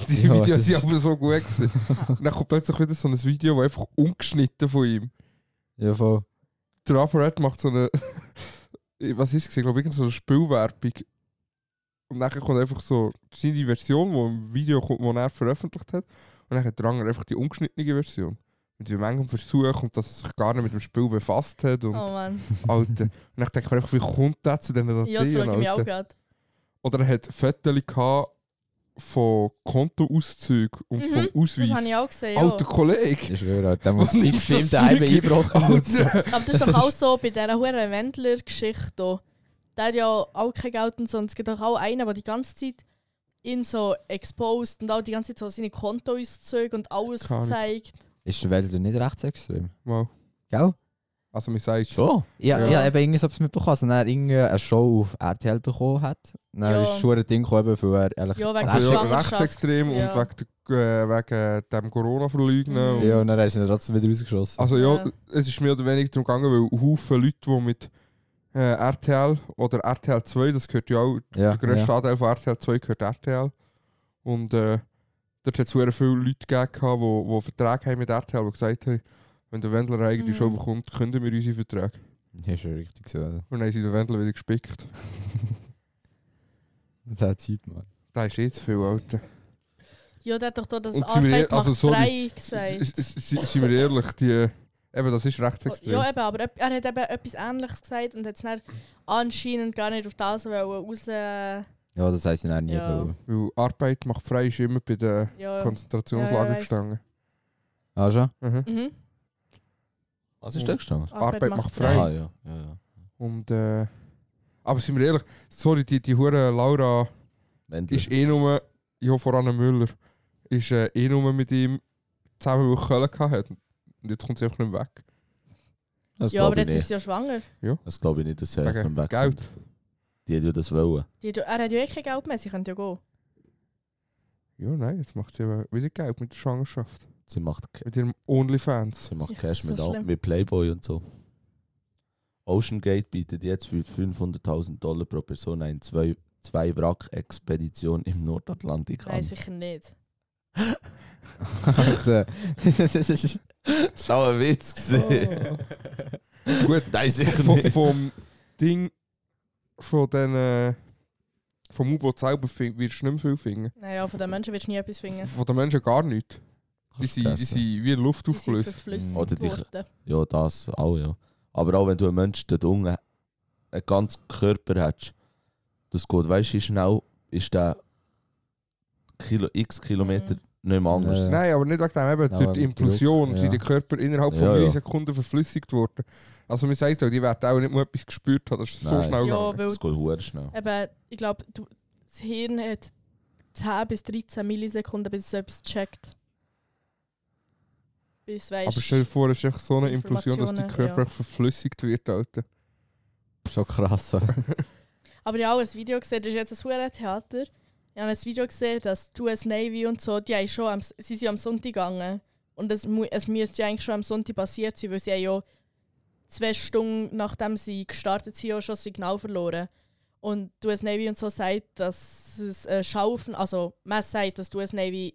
Speaker 4: Die
Speaker 7: Ja,
Speaker 4: Videos
Speaker 7: das
Speaker 4: sind
Speaker 7: ist-
Speaker 4: aber so gut gewesen. Und dann kommt plötzlich wieder so ein Video, das einfach ungeschnitten von ihm.
Speaker 7: Ja, voll.
Speaker 4: Der Red macht so eine, was ist es gewesen, glaube ich, irgend so eine Spielwerbung. Und dann kommt einfach so seine Version, die im Video kommt, das er veröffentlicht hat. Und dann hat der andere einfach die ungeschnittene Version. Mit wie manchem Versuch und dass er sich gar nicht mit dem Spiel befasst hat. Und
Speaker 1: Oh Mann.
Speaker 4: Alter. Und ich denke mir einfach, wie kommt der zu diesen Dateien?
Speaker 1: Ja, das frage ich mich auch
Speaker 4: Alter?
Speaker 1: gerade.
Speaker 4: Oder er hat Fotos gehabt von Kontoauszügen und
Speaker 1: Mhm,
Speaker 4: vom Ausweis.
Speaker 1: Das habe ich auch gesehen. Ja.
Speaker 4: Alter Kollege!
Speaker 7: Ich schwöre, Alter, der muss
Speaker 4: Was ist
Speaker 7: die
Speaker 4: das
Speaker 7: bestimmt
Speaker 4: für
Speaker 7: daheim
Speaker 4: ein-
Speaker 7: einbrochen.
Speaker 4: Alter!
Speaker 1: Aber das ist doch auch so bei dieser hohen Wendler-Geschichte. hier. Der hat ja auch kein Geld und so. Und es gibt doch auch einen, der die ganze Zeit ihn so exposed und auch die ganze Zeit so seine Kontoauszüge und alles
Speaker 4: Keine Ahnung.
Speaker 1: zeigt.
Speaker 7: Ist der Wälder nicht rechtsextrem?
Speaker 4: Mal.
Speaker 7: Gell?
Speaker 4: Also man sagt
Speaker 3: Schon?
Speaker 7: Ja,
Speaker 4: Ja.
Speaker 7: ja. eben irgendwie so etwas mitbekommen, als er irgendwie eine Show auf RTL bekommen hat. Dann
Speaker 1: Ja.
Speaker 7: ist schon ein Ding gekommen, eben, weil er ehrlich...
Speaker 1: Ja, wegen
Speaker 4: also, ja,
Speaker 1: der Schwangerschaft.
Speaker 4: rechtsextrem
Speaker 1: ja.
Speaker 4: und wegen, der, äh, wegen dem Corona-Verleugnen.
Speaker 1: Mhm.
Speaker 4: und-
Speaker 7: Ja, und dann ist er trotzdem wieder rausgeschossen.
Speaker 4: Also ja,
Speaker 1: Ja.
Speaker 4: es ist mir oder weniger darum gegangen, weil Haufen Leute, die mit äh, RTL oder RTL 2, das gehört ja auch,
Speaker 7: ja,
Speaker 4: der grösste
Speaker 7: ja.
Speaker 4: Anteil von RTL 2 gehört RTL. Und äh, dort hat es sehr viele Leute gegeben, die, die Verträge haben mit RTL, die gesagt haben, wenn der Wendler eine eigene
Speaker 1: Mhm.
Speaker 4: Show bekommt, künden wir unsere Verträge.
Speaker 7: Ja, ist ja richtig so. oder?
Speaker 4: Und dann haben sie den Wendler wieder gespickt.
Speaker 7: Der Typ, Mann.
Speaker 4: Da ist jetzt viel älter.
Speaker 1: Ja, der hat doch da das
Speaker 4: Und sind wir
Speaker 1: Arbeit
Speaker 4: ehrlich- also,
Speaker 1: macht
Speaker 4: sorry.
Speaker 1: frei
Speaker 4: S-
Speaker 1: gesagt. Oh,
Speaker 4: s- s- Sind wir ehrlich, die, eh, eben, das ist rechtsextrem.
Speaker 1: Ja, eben, aber er hat eben etwas Ähnliches gesagt und hat es dann anscheinend gar nicht auf das wollen raus... äh,
Speaker 7: Ja, das heisst, er nie
Speaker 1: Ja.
Speaker 7: wollen.
Speaker 4: Weil Arbeit macht frei ist immer bei den
Speaker 1: Ja.
Speaker 4: Konzentrationslagern
Speaker 1: Ja, ja, weiss.
Speaker 4: gestanden.
Speaker 7: Ah, schon?
Speaker 4: Mhm.
Speaker 1: Mhm.
Speaker 3: Was ist da gestanden?
Speaker 4: Arbeit macht frei.
Speaker 3: Ah, ja. ja, ja.
Speaker 4: Und, äh, aber sind wir ehrlich, sorry, die, die Hure Laura
Speaker 3: Wendler.
Speaker 4: ist eh nur, ja, vor allem Müller, ist äh, eh nur mit ihm zusammen, weil Köln gehabt hat. Und jetzt kommt sie einfach nicht mehr weg.
Speaker 3: Das
Speaker 1: Ja, aber
Speaker 3: glaube
Speaker 1: jetzt
Speaker 3: ich
Speaker 1: ist
Speaker 3: nicht.
Speaker 1: sie ja schwanger.
Speaker 3: Das glaube ich nicht, dass sie einfach
Speaker 4: Wegen
Speaker 3: wegkommt.
Speaker 4: Geld.
Speaker 3: Die hat ja das wollen.
Speaker 1: Die, hat ja- er hat ja eh kein Geld mehr, sie könnte ja gehen.
Speaker 4: Ja, nein, jetzt macht sie aber wieder Geld mit der Schwangerschaft.
Speaker 3: Sie macht, Ca-
Speaker 4: Mit ihrem Onlyfans.
Speaker 3: sie macht
Speaker 1: Ja,
Speaker 3: Cash
Speaker 1: so
Speaker 3: mit, all-
Speaker 1: schlimm.
Speaker 3: mit Playboy und so. Ocean Gate bietet jetzt für 500.000 Dollar pro Person eine zwei, zwei Wrack-Expedition im Nordatlantik
Speaker 1: Nein,
Speaker 3: an.
Speaker 1: sicher nicht.
Speaker 7: Alter. das ist...
Speaker 3: Schau, ein Witz
Speaker 1: Oh.
Speaker 3: gesehen.
Speaker 4: Gut,
Speaker 3: Nein, sicher
Speaker 4: vom,
Speaker 3: nicht.
Speaker 4: vom Ding, von den, äh, vom U-Boot selber fin- wirst du nicht mehr viel finden.
Speaker 1: Naja, von den Menschen wirst du nie etwas finden.
Speaker 4: Von den Menschen gar nichts. Die
Speaker 3: Kannst
Speaker 4: sind, die
Speaker 3: vergessen.
Speaker 4: sind wie in Luft
Speaker 1: Die sind
Speaker 4: aufgelöst.
Speaker 1: verflüssigt
Speaker 3: Oder dich-
Speaker 1: worden.
Speaker 3: Ja, das auch, ja. Aber auch wenn du einen Menschen dort unten einen ganzen Körper hättest, das geht, weißt du, wie schnell ist der Kilo, x Kilometer
Speaker 1: Mhm.
Speaker 3: nicht mehr anders.
Speaker 7: Ja.
Speaker 4: Nein, aber nicht wegen dem. Eben, durch
Speaker 7: wegen
Speaker 4: die
Speaker 7: dem
Speaker 4: Implosion
Speaker 7: Druck,
Speaker 4: sind
Speaker 7: ja.
Speaker 4: die Körper innerhalb von
Speaker 3: Ja, ja.
Speaker 4: 3 Sekunden verflüssigt worden. Also man sagt auch, die werden auch nicht mal etwas gespürt haben. Das ist so
Speaker 3: Nein.
Speaker 4: schnell
Speaker 1: Ja,
Speaker 4: gegangen.
Speaker 1: weil
Speaker 3: Das geht sehr schnell.
Speaker 1: eben, ich glaube, das Hirn hat 10 bis 13 Millisekunden, bis es etwas checkt. Bis es weiss.
Speaker 4: Aber stell dir vor, es ist echt so eine Implosion, dass die
Speaker 1: Informationen,
Speaker 4: Körper
Speaker 1: ja.
Speaker 4: echt verflüssigt wird, Alter.
Speaker 7: Schon krass. oder?
Speaker 1: Aber ich habe auch ein Video gesehen, das ist jetzt ein verdammtes Theater. Ich habe ein Video gesehen, dass die US Navy und so, die haben schon am, sie sind am Sonntag gegangen. Und es, mu- es müsste ja eigentlich schon am Sonntag passiert sein, weil sie haben ja zwei Stunden nachdem sie gestartet sind, ja schon das Signal verloren. Und die US Navy und so sagt, dass es äh, Schaufen, also man sagt, dass die US Navy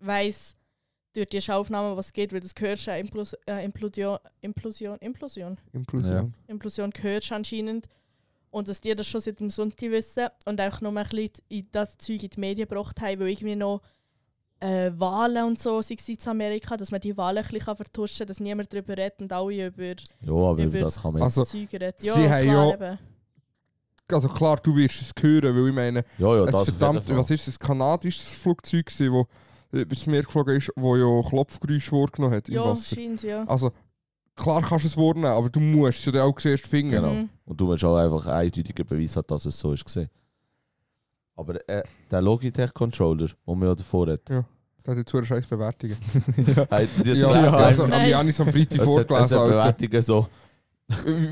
Speaker 1: weiss, durch die Schauaufnahmen, was geht, weil das gehört schon Implus äh, Implosion, Implosion, Implosion.
Speaker 4: Implosion.
Speaker 1: Implosion gehört anscheinend. Und dass die das schon seit dem Sonntag wissen und einfach nur ein bisschen in das Zeug in die Medien gebracht haben, weil irgendwie noch äh, Wahlen und so sind in Amerika, dass man die Wahlen ein bisschen vertuschen kann, dass niemand darüber redet und alle über
Speaker 3: Ja, aber
Speaker 1: Über-
Speaker 3: über das kann man jetzt.
Speaker 4: Also,
Speaker 1: das Zeug reden. Ja,
Speaker 4: sie
Speaker 1: klar,
Speaker 4: haben ja-
Speaker 1: eben.
Speaker 4: Also klar, du wirst es hören, weil ich meine,
Speaker 3: ja, ja,
Speaker 4: es
Speaker 3: das auf
Speaker 4: ist
Speaker 3: jeden
Speaker 4: verdammt,
Speaker 3: Fall.
Speaker 4: was ist das, ein kanadisches Flugzeug gewesen, wo äh, bis mir geflogen ist, wo ja Klopfgeräusche vorgenommen hat im
Speaker 1: Ja,
Speaker 4: Wasser.
Speaker 1: scheint ja.
Speaker 4: Also klar kannst du es vornehmen, aber du musst es ja dann auch zuerst finden.
Speaker 3: Genau.
Speaker 1: Mhm.
Speaker 3: Und du willst auch einfach eindeutigen Beweis haben, dass es so ist. Gewesen. Aber äh, der Logitech-Controller, den man ja davor hat,
Speaker 4: Das hat jetzt so eine scheiß Bewertungen.
Speaker 3: hat die
Speaker 4: ja,
Speaker 3: gelesen?
Speaker 4: also, am
Speaker 1: Nein.
Speaker 4: Janis am Freitag
Speaker 3: es hat, es
Speaker 4: vorgelesen,
Speaker 3: hat
Speaker 4: Alter.
Speaker 3: Bewertungen so.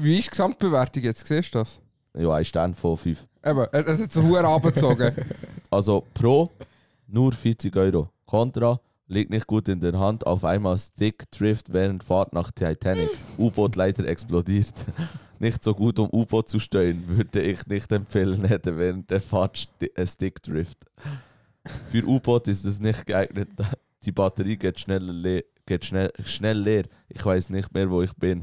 Speaker 4: Wie ist die Gesamtbewertung jetzt? Siehst du das?
Speaker 3: Ja, ein Stern von 5.
Speaker 4: Eben, er hat jetzt einen abgezogen.
Speaker 3: Also pro nur 40 Euro. Contra liegt nicht gut in der Hand, auf einmal Stick trifft während Fahrt nach Titanic. U-Boot leider explodiert. Nicht so gut, um U-Boot zu steuern, würde ich nicht empfehlen, hätte während der Fahrt sti- ein Stick trifft. Für U-Boot ist es nicht geeignet. Die Batterie geht schnell leer. Geht schnell, schnell leer. Ich weiß nicht mehr, wo ich bin.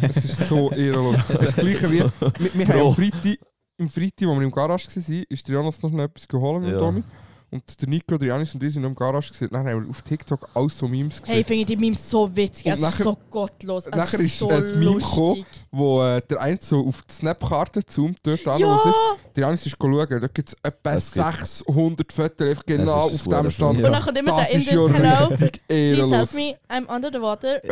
Speaker 4: Es ist so irrelevant. Das gleiche wie. Wir, wir haben
Speaker 3: Bro.
Speaker 4: am Freitag, im Freitag, als wir im Garage waren, ist der Janis noch schnell etwas geholt mit
Speaker 3: Ja.
Speaker 4: Tommy. Und der Nico, der Janis und ich sind noch im Garage. Gewesen. Dann haben wir auf TikTok alles so Memes gesehen,
Speaker 1: Hey, finde ich die Memes so witzig.
Speaker 4: Und
Speaker 1: Es ist
Speaker 4: nachher-
Speaker 1: so gottlos. Es
Speaker 4: nachher
Speaker 1: ist
Speaker 4: ist
Speaker 1: so
Speaker 4: ein Meme gekommen.
Speaker 1: lustig.
Speaker 4: wo äh, der eine so auf die Snapkarte zoomt, dort an, was ist.
Speaker 1: Ja!
Speaker 4: Der Janis ist schauen, da gibt es etwa
Speaker 3: Es gibt-
Speaker 4: 600 Fotos, einfach genau
Speaker 3: Es
Speaker 4: auf
Speaker 3: ist
Speaker 4: dem
Speaker 3: verdammt
Speaker 4: Stand.
Speaker 7: viel.
Speaker 1: Und
Speaker 7: Ja.
Speaker 1: dann kommt immer
Speaker 4: Das
Speaker 1: der
Speaker 4: ist ja
Speaker 1: Inder. Hello,
Speaker 4: richtig
Speaker 1: please help
Speaker 4: ehrenlos.
Speaker 1: me, I'm under the water.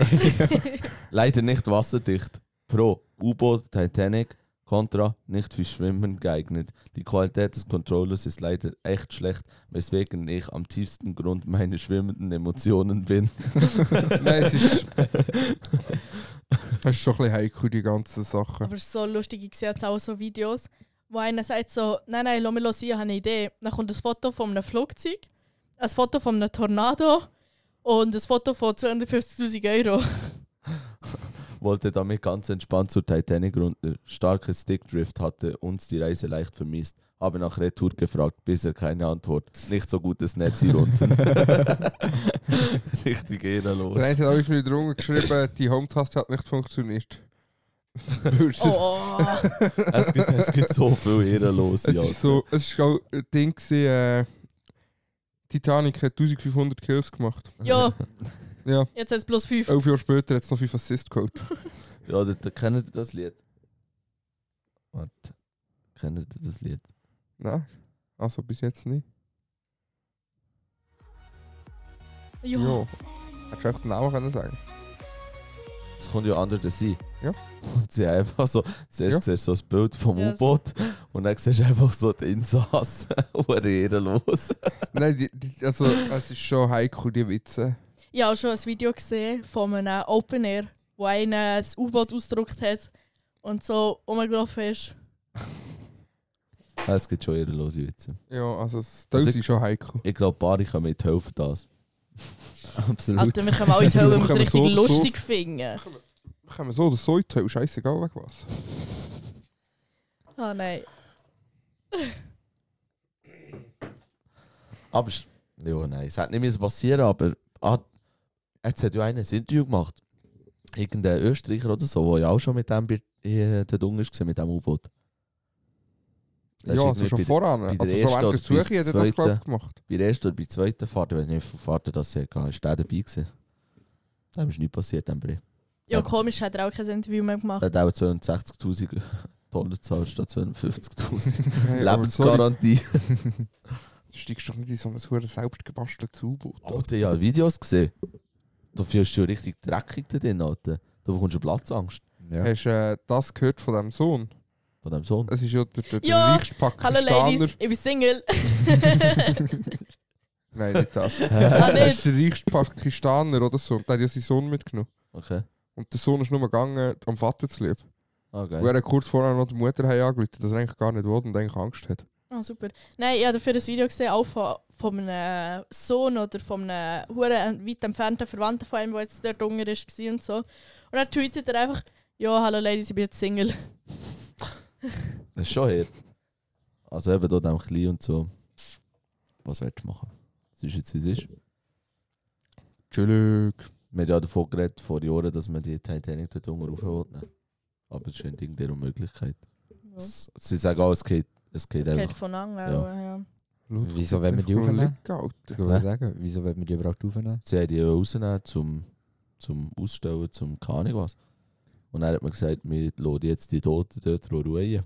Speaker 3: Leider nicht wasserdicht. Pro U-Boot Titanic Contra, nicht für Schwimmen geeignet. Die Qualität des Controllers ist leider echt schlecht, weswegen ich am tiefsten Grund meine schwimmenden Emotionen bin.
Speaker 4: Nein, es ist. Es ist schon ein bisschen heikel, die ganzen Sachen.
Speaker 1: Aber es ist so lustig, ich sehe jetzt auch so Videos, wo einer sagt so, nein, nein, lass mich los, ich habe eine Idee. Dann kommt ein Foto von einem Flugzeug, ein Foto von einem Tornado und ein Foto von 250'000 Euro.
Speaker 3: wollte damit ganz entspannt zur Titanic runter. Starkes Stickdrift hatte uns die Reise leicht vermisst. Habe nach Retour gefragt, bisher keine Antwort. Nicht so gutes Netz hier unten. Richtig ehrenlos.
Speaker 4: Dann hat er auch wieder rumgeschrieben, die Home-Taste hat nicht funktioniert. Würdest du-
Speaker 1: Oh,
Speaker 3: Ah. Es gibt, es gibt so viel ehrenlos.
Speaker 4: Es ist so, es war auch ein Ding, gewesen, äh, Titanic hat 1500 Kills gemacht.
Speaker 1: ja,
Speaker 4: Ja,
Speaker 1: jetzt hat es plus 5.
Speaker 4: elf Jahre später hat es noch 5 Assist geholt.
Speaker 3: Ja, da, da kennt ihr das Lied. Warte. Kennt ihr das Lied?
Speaker 4: Nein, also bis jetzt nicht.
Speaker 1: Ja.
Speaker 4: Ja. Hättest du auch den Namen können sagen
Speaker 3: Es kommt ja Under the Sea.
Speaker 4: Ja.
Speaker 3: Und sie haben einfach so, zuerst
Speaker 4: Ja.
Speaker 3: siehst du so das Bild vom
Speaker 1: Ja, so-
Speaker 3: U-Boot und dann siehst du einfach so die Insassen. Hure ehrenlos.
Speaker 4: Nein, die, die, also, es ist schon heikel, die Witze.
Speaker 1: Ich habe auch schon ein Video gesehen von einem Open Air, wo einer das U-Boot ausgedruckt hat und so rumgelaufen ist.
Speaker 3: Ja, Ah, Es gibt schon ehrenlose Witze.
Speaker 4: Ja, also, das
Speaker 3: Also
Speaker 4: ist schon heikel.
Speaker 3: Ich glaube, Bari kann mithelfen, das.
Speaker 7: Absolut.
Speaker 1: Alter, wir können alle in die Hölle, wenn wir es
Speaker 4: Können wir
Speaker 1: richtig
Speaker 4: so- so-
Speaker 1: lustig finden.
Speaker 4: Wir können so oder so in die Hölle, scheissegal, wegen was.
Speaker 1: Ah nein.
Speaker 3: Aber es- ja, nein, es hat nicht mehr passieren, aber ah, jetzt hat ja einer ein Interview gemacht. Irgendein Österreicher oder so, der ja auch schon mit dem bei- äh, dort unten war, mit dem U-Boot. Der
Speaker 4: Ja,
Speaker 3: ist
Speaker 4: also
Speaker 3: irgendwie
Speaker 4: schon
Speaker 3: bei,
Speaker 4: voran.
Speaker 3: bei der
Speaker 4: Also schon
Speaker 3: ersten
Speaker 4: während
Speaker 3: oder
Speaker 4: der Suche hat
Speaker 3: bei
Speaker 4: er das, glaube ich,
Speaker 3: zweiten.
Speaker 4: gemacht.
Speaker 3: bei der ersten oder bei der zweiten Fahrt, ich weiß nicht, wie viele Fahrten das er hatte, ist der dabei gewesen. Dem ist nichts passiert, dem Brief.
Speaker 1: Ja,
Speaker 3: Ja. Äh,
Speaker 1: komisch, hat er auch kein Interview mehr
Speaker 3: Er
Speaker 1: gemacht.
Speaker 3: hat auch 260.000 Dollar gezahlt statt 250.000.
Speaker 4: Hey, aber sorry,
Speaker 3: Lebensgarantie.
Speaker 4: Du steigst doch nicht in so ein verdammtes selbstgebasteltes U-Boot.
Speaker 3: Alter, ja, Videos gesehen. Du fühlst dich richtig dreckig da drin, Alter. Du bekommst eine Platzangst
Speaker 7: Ja.
Speaker 4: Hast du äh, das gehört von deinem Sohn?
Speaker 3: von deinem Sohn.
Speaker 4: Es ist ja der, der, der
Speaker 1: Ja,
Speaker 4: reichste
Speaker 1: Hallo
Speaker 4: Pakistaner.
Speaker 1: Ladies, ich bin Single.
Speaker 4: Nein, nicht das.
Speaker 1: Ah,
Speaker 4: Er
Speaker 1: nicht.
Speaker 4: ist der reichste Pakistaner oder so. Und der hat ja seinen Sohn mitgenommen.
Speaker 3: Okay.
Speaker 4: Und der Sohn ist nur gegangen, am Vater zu lieb.
Speaker 3: Ah, geil.
Speaker 4: Und er hat kurz vorher noch die Mutter heim angerufen, dass er eigentlich gar nicht wollte und eigentlich Angst hat.
Speaker 1: Ah, super. Nein, ich habe dafür ein Video gesehen, auch von, von einem Sohn oder von einem huren weit entfernten Verwandten von ihm, der jetzt dort unten ist, war und so. Und dann tweetet er einfach, ja, hallo Ladies, ich bin jetzt Single.
Speaker 3: Das ist schon her. Also eben dort am Klein und so. Was willst du machen? Es ist jetzt, wie es ist.
Speaker 4: Chillig.
Speaker 3: Wir haben ja davon geredet, vor Jahren, dass man die Titanic dort unten rauf wollte. Aber es ist ein Ding der Unmöglichkeit.
Speaker 1: Ja. Das
Speaker 3: S- Sie sagen auch, es geht, es geht
Speaker 1: geht
Speaker 3: einfach.
Speaker 1: von an,
Speaker 3: Ja.
Speaker 1: ja. Ja.
Speaker 4: Ludwig,
Speaker 7: Wieso
Speaker 4: jetzt
Speaker 7: wollen wir
Speaker 4: einfach
Speaker 7: die
Speaker 4: mal
Speaker 7: aufnehmen?
Speaker 4: liegen, Alter.
Speaker 7: Ich wollte sagen, wieso wird man die überhaupt aufnehmen?
Speaker 3: Sie haben die rausgenommen zum, zum Ausstellen, zum keine Ahnung was. Und dann hat man gesagt, wir lassen jetzt die Toten dort ruhen.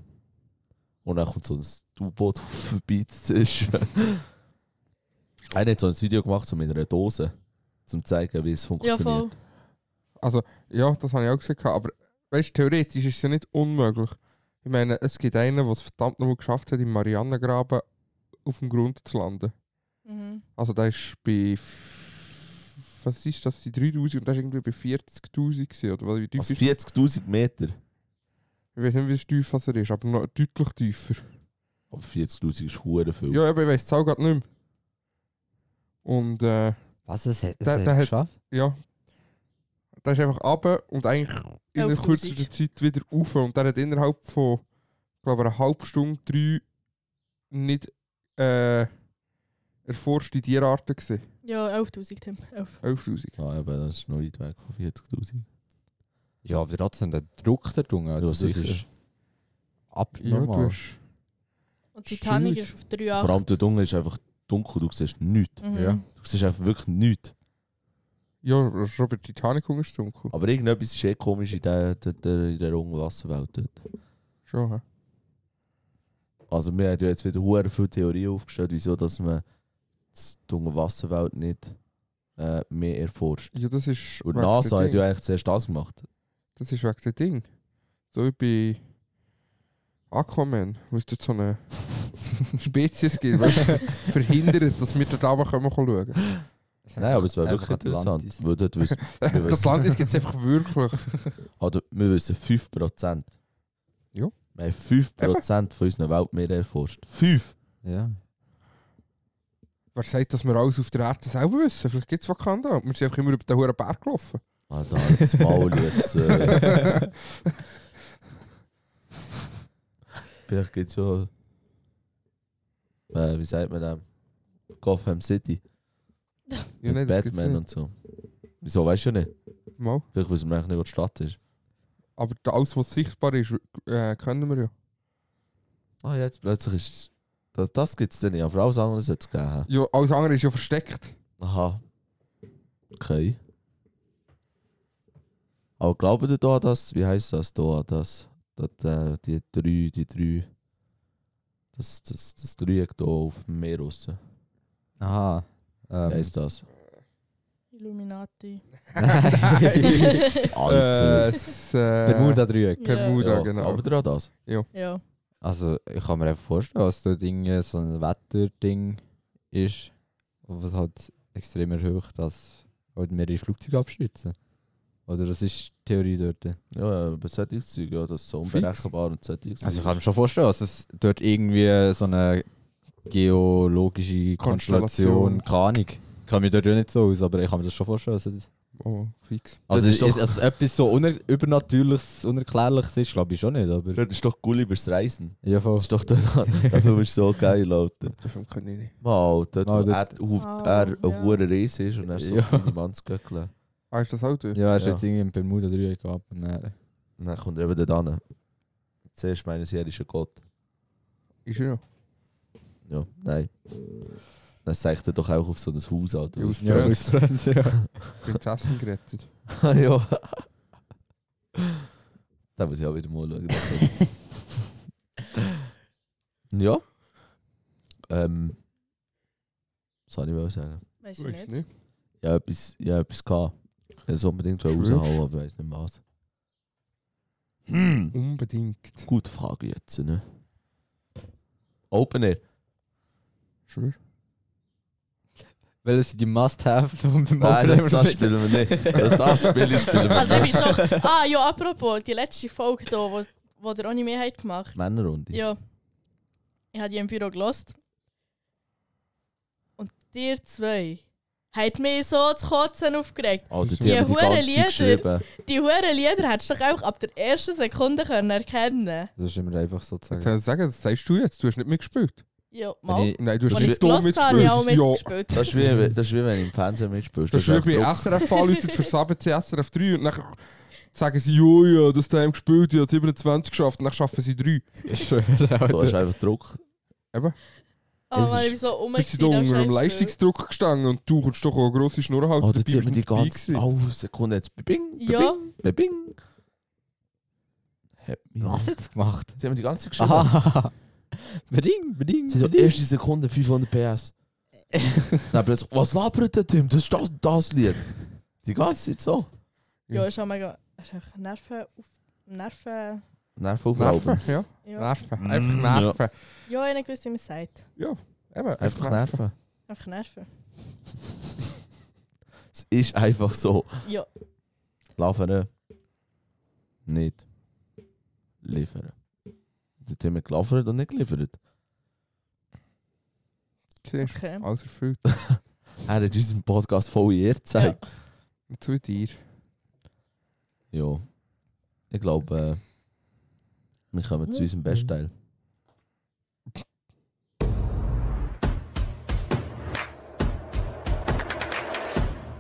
Speaker 3: Und dann kommt so ein U-Boot vorbei zischen. Einer hat so ein Video gemacht, so mit einer Dose, um zu zeigen, wie es
Speaker 1: ja,
Speaker 3: funktioniert.
Speaker 1: voll.
Speaker 4: Ja, das habe ich auch gesehen. Aber weißt, theoretisch ist es ja nicht unmöglich. Ich meine, es gibt einen, der es verdammt nochmal geschafft hat, im Marianengraben auf dem Grund zu landen.
Speaker 1: Mhm.
Speaker 4: Also der ist bei... f- Was ist das? Die 3000 und der ist irgendwie bei 40'000 gewesen, oder was? Wie tief
Speaker 3: Also
Speaker 4: ist-
Speaker 3: 40.000 Meter.
Speaker 4: Ich weiß nicht, wie tief was er ist, aber noch deutlich tiefer.
Speaker 3: Aber 40.000 ist hure viel.
Speaker 4: Ja, aber ich weiß es auch gerade nicht mehr. Und äh,
Speaker 7: Was, es hat
Speaker 4: Der- der hat-
Speaker 7: geschafft?
Speaker 4: ja. Der ist einfach runter und eigentlich in einer
Speaker 1: 11'000.
Speaker 4: kürzester Zeit wieder rauf. Und der hat innerhalb von, glaube einer halben Stunde, drei nicht äh, erforschte Tierarten gesehen.
Speaker 1: Ja, 11'000, Tim. 11.
Speaker 4: 11'000.
Speaker 3: Ah, Ja, aber das ist noch weit weg von 40.000.
Speaker 7: Ja, aber trotzdem, der Druck da drunter.
Speaker 3: Ja,
Speaker 7: du, das
Speaker 3: sicher.
Speaker 7: ist
Speaker 4: Ja, du
Speaker 7: abnormal.
Speaker 4: hast...
Speaker 1: Und Titanic ist auf
Speaker 3: Vor
Speaker 1: 3,8.
Speaker 3: allem dort unten ist einfach dunkel, du siehst nichts.
Speaker 1: Mhm.
Speaker 7: Ja.
Speaker 3: Du siehst einfach wirklich nichts.
Speaker 4: Ja, schon bei Titanic ist es dunkel.
Speaker 3: Aber irgendetwas ist eh komisch in der, der, der, in der Unterwasserwelt dort.
Speaker 4: Schon, hä?
Speaker 3: Also wir haben ja jetzt wieder hure viele Theorien aufgestellt, wieso dass man das- die Unterwasserwelt nicht äh, mehr erforscht.
Speaker 4: Ja, das ist...
Speaker 3: Und
Speaker 4: wegen
Speaker 3: NASA
Speaker 4: der
Speaker 3: hat
Speaker 4: Ding.
Speaker 3: ja eigentlich zuerst das gemacht.
Speaker 4: Das ist wegen der Ding. So wie bei Aquaman, wo es dort so eine Spezies gibt, die verhindert, dass wir dort runter kommen können schauen.
Speaker 3: Nein, aber es wäre wirklich
Speaker 7: Einfach Atlantis.
Speaker 3: interessant. Weil dort wissen, wir
Speaker 4: Das
Speaker 3: wissen,
Speaker 4: Land gibt es einfach wirklich.
Speaker 3: oder wir wissen 5%.
Speaker 4: Ja.
Speaker 3: Wir haben 5% von unserer Weltmeer erforscht. 5!
Speaker 7: Ja.
Speaker 4: Wer sagt, dass wir alles auf der Erde selber wissen? Vielleicht gibt es Wakanda. und Wir sind einfach immer über den hohen Berg gelaufen.
Speaker 3: Alter, das Maul jetzt. Äh, vielleicht gibt es ja. Äh, wie sagt man dem? Gotham City.
Speaker 4: Ja,
Speaker 3: mit
Speaker 4: nein, das gibt's
Speaker 3: Batman
Speaker 4: nicht.
Speaker 3: und so. Wieso weißt du ja nicht?
Speaker 4: Mal.
Speaker 3: Vielleicht wissen wir eigentlich nicht, wo die Stadt ist.
Speaker 4: Aber da- alles, was sichtbar ist, äh, können wir ja.
Speaker 3: Ah, jetzt plötzlich ist es. Das, das gibt es dann nicht, aber für alles andere sollte es gegeben. haben.
Speaker 4: ja. Alles andere ist ja versteckt.
Speaker 3: Aha. Okay. Aber glaubt ihr da, dass, wie heißt das da, dass, dass äh, die drei, die drei, das, das, das Dreieck da auf dem Meer raus, wie
Speaker 7: Aha. Ähm.
Speaker 3: heisst das?
Speaker 1: Illuminati.
Speaker 7: Nein.
Speaker 4: Äh,
Speaker 3: Alter.
Speaker 4: das, äh,
Speaker 7: Bermuda-Dreieck.
Speaker 1: ja.
Speaker 4: Bermuda, genau.
Speaker 3: Aber dran das.
Speaker 1: ja.
Speaker 7: Also, ich kann mir einfach vorstellen, dass da Dinge, äh, so ein Wetterding ist, was halt extrem erhöht, dass halt mehrere Flugzeuge abstürzen. Oder das ist die Theorie dort.
Speaker 3: Ja, ja, bei solchen Zeug, ja, das ist so unberechenbar und solche Zeug.
Speaker 7: Also, ich kann mir schon vorstellen, dass es dort irgendwie so eine geologische
Speaker 4: Konstellation.
Speaker 7: Konstellation, keine Ahnung. Ich kann mir dort ja nicht so aus, aber ich kann mir das schon vorstellen. Dass es,
Speaker 4: Oh, fix.
Speaker 7: also,
Speaker 3: ist
Speaker 7: ist
Speaker 3: doch-
Speaker 7: also etwas so uner Übernatürliches, Unerklärliches ist, glaube ich schon nicht, aber.
Speaker 3: Das ist doch cool übers Reisen.
Speaker 7: Ja, voll.
Speaker 3: Das ist doch der, der Film ist so geil, Alter.
Speaker 4: Den Film kann ich nicht.
Speaker 3: Mal, dort, wo
Speaker 7: Mal,
Speaker 3: er
Speaker 7: dort-
Speaker 3: auf
Speaker 1: Oh,
Speaker 3: er
Speaker 1: ja.
Speaker 3: auf hoher Reise ist und er so
Speaker 7: Ja.
Speaker 3: kleine Mannsgöckle.
Speaker 4: Ah, ist das auch dort?
Speaker 7: Ja, er ist
Speaker 3: Ja.
Speaker 7: jetzt irgendwie im Bermuda-Dreieck ab und dann.
Speaker 3: Und dann kommt er eben dort hin. Zuerst meinen sie, er ist ein Gott.
Speaker 4: Ist er ja.
Speaker 3: Ja, nein. Dann seicht er doch auch auf so ein Haus, Alter.
Speaker 4: Ja, aus
Speaker 7: Ja,
Speaker 4: Friends.
Speaker 7: aus Friends, ja.
Speaker 4: Prinzessin gerettet.
Speaker 3: Ah, ja. da muss ich auch wieder mal schauen. den Film. ja. Ähm. Was soll ich mal sagen?
Speaker 1: Weiß
Speaker 4: Weiß
Speaker 1: ich nicht.
Speaker 4: nicht.
Speaker 3: Ja, etwas, ja, etwas gehabt. Es unbedingt
Speaker 4: Schwörst?
Speaker 3: raushauen, aber ich weiß nicht mehr was. Hm.
Speaker 4: Unbedingt.
Speaker 3: Gute Frage jetzt, ne? Open Air.
Speaker 4: Schwör.
Speaker 7: Welches sind die Must-Have vom
Speaker 3: Nein, das, das spielen wir nicht. Das, das Spiel ist spielen
Speaker 1: Also
Speaker 3: wir
Speaker 1: eben
Speaker 3: nicht.
Speaker 1: schon. Ah ja, apropos, die letzte Folge hier, wo, wo der Oni mehr hat gemacht.
Speaker 3: Männerrunde.
Speaker 1: Ja. Ich habe die im Büro gelost. Und ihr zwei hat mich so zu kotzen aufgeregt.
Speaker 3: Alter, die,
Speaker 4: Die
Speaker 3: haben die ganze
Speaker 1: Hurenlieder.
Speaker 3: Zeit geschrieben.
Speaker 1: Die hohen Lieder hättest du doch auch ab der ersten Sekunde können erkennen
Speaker 7: Das Also ist immer einfach so zu
Speaker 4: Jetzt soll
Speaker 7: sagen.
Speaker 4: ich sagen, das sagst du jetzt. Du hast nicht mitgespielt.
Speaker 1: Ja, mal.
Speaker 7: Wenn
Speaker 4: Nein, du hast
Speaker 1: Als ich es
Speaker 4: nicht da
Speaker 1: gelost habe, habe ich auch
Speaker 4: mitgespielt. Ja.
Speaker 1: mitgespielt.
Speaker 3: Das ist, wie, das ist wie wenn du im Fernsehen mitspielst.
Speaker 4: Das ist
Speaker 3: ist
Speaker 4: wie bei SRF anläutet für SABC, SRF 3 und dann sagen sie, jo, ja, das haben gespielt, die hat 27 geschafft und dann schaffen sie 3.
Speaker 7: ich schwöre,
Speaker 3: einfach, du hast
Speaker 7: Alter.
Speaker 3: einfach Druck.
Speaker 1: Aber
Speaker 7: Es
Speaker 1: Ah, weil
Speaker 7: ist-
Speaker 1: ich so
Speaker 4: Wir sind da unter einem Leistungsdruck gestanden und du kommst doch auch eine grosse Schnur halten.
Speaker 3: Oh, das
Speaker 4: dabei
Speaker 3: zieht mir die
Speaker 4: bist du dabei
Speaker 3: ganze
Speaker 4: gewesen.
Speaker 3: Oh, Sekunde jetzt. Bing, bing,
Speaker 1: Ja.
Speaker 3: bing, bing. Hat mich-
Speaker 7: Was jetzt gemacht?
Speaker 3: Sie haben die ganze Zeit geschrieben.
Speaker 7: Aha. Beding, beding,
Speaker 3: Sie so,
Speaker 7: beding.
Speaker 3: erste Sekunde 500 PS. Dann plötzlich, was labert der Tim? Das ist das, das Lied. Die ganze Zeit so.
Speaker 1: Ja, ist auch mega. Ist einfach Nerven auf. Nerven.
Speaker 3: Nerven aufrauben.
Speaker 4: Nerven, ja.
Speaker 1: Ja,
Speaker 4: Nerven.
Speaker 3: Mm,
Speaker 4: Einfach Nerven.
Speaker 1: ja ich nicht gewusst, wie man es sagt.
Speaker 4: Eben,
Speaker 3: Einfach nerven.
Speaker 1: Einfach Nerven.
Speaker 3: Es ist einfach so.
Speaker 1: Ja.
Speaker 3: Laufen nicht. Liefern. Die haben wir geliefert und nicht geliefert.
Speaker 4: Siehst
Speaker 1: Okay.
Speaker 4: du, alles erfüllt.
Speaker 3: Er hat unseren Podcast voll ihr gezeigt.
Speaker 4: Nicht so wie dir.
Speaker 3: Ja. Ich glaube, äh, wir kommen zu unserem Bestteil.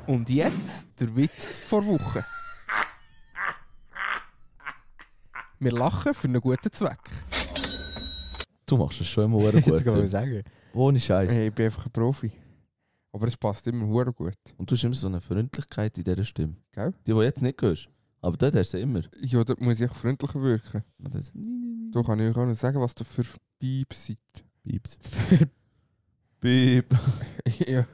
Speaker 4: Und jetzt der Witz vor Woche. Wir lachen für einen guten Zweck.
Speaker 3: Du machst es schon immer verdammt
Speaker 7: Jetzt kann man
Speaker 3: gut.
Speaker 7: sagen.
Speaker 3: Ohne Scheiß.
Speaker 4: ich bin einfach ein Profi. Aber es passt immer hure gut.
Speaker 3: Und du hast immer so eine Freundlichkeit in dieser Stimme.
Speaker 4: Gell?
Speaker 3: Die, die du jetzt nicht hörst. Aber dort hast du sie immer.
Speaker 4: Ja, dort muss ich freundlicher wirken.
Speaker 3: Und das-
Speaker 4: Da kann ich euch auch nicht sagen, was du für Beep seid.
Speaker 3: Pieps. Piep.
Speaker 4: ja.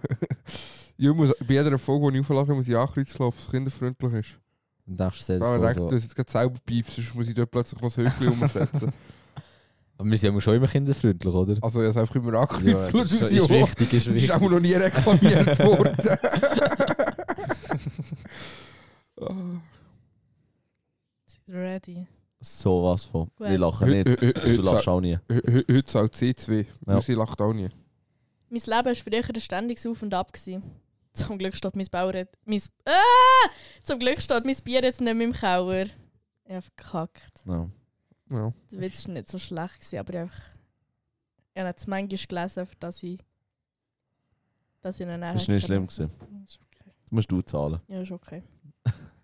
Speaker 4: Ich muss, bei jeder Folge, die ich auflade, muss ich ankreuzen, ob es kinderfreundlich ist.
Speaker 7: Dann denkst du,
Speaker 4: Da habe ich
Speaker 7: selbst
Speaker 4: gedacht, du hast jetzt gerade selber piepst, sonst muss ich dort plötzlich noch das Hügel umsetzen.
Speaker 7: Aber wir sind ja schon immer kinderfreundlich, oder?
Speaker 4: Also, ich habe es einfach immer angekreuzt.
Speaker 7: das
Speaker 4: das
Speaker 7: ist
Speaker 4: ist ja-
Speaker 7: wichtig, ist
Speaker 4: Das ist
Speaker 7: wichtig.
Speaker 4: auch noch nie reklamiert worden. Ah.
Speaker 1: Seid ihr ready?
Speaker 3: Sowas von.
Speaker 1: Gut.
Speaker 3: Wir lachen nicht.
Speaker 4: Hü- hü- hü-
Speaker 3: Du lachst auch nie.
Speaker 4: hü- hü- Heute zahlt sie zwei.
Speaker 3: Ja.
Speaker 4: Und sie lacht auch nie.
Speaker 1: Mein Leben war früher ein ständiges Auf und Ab. Gewesen. Zum Glück steht mein Bauer... Mein, ah! Zum Glück steht mein Bier jetzt nicht mehr im Keller. Ich habe verkackt.
Speaker 3: Ja.
Speaker 4: Ja.
Speaker 1: Der Witz war nicht so schlecht, gewesen, aber ich habe einfach... Ich habe ihn zu manchmal gelesen, für das ich... Dass ich ihn dann...
Speaker 3: Das war nicht schlimm. Gewesen.
Speaker 1: Ist okay.
Speaker 3: Das musst du zahlen.
Speaker 1: Ja, ist okay.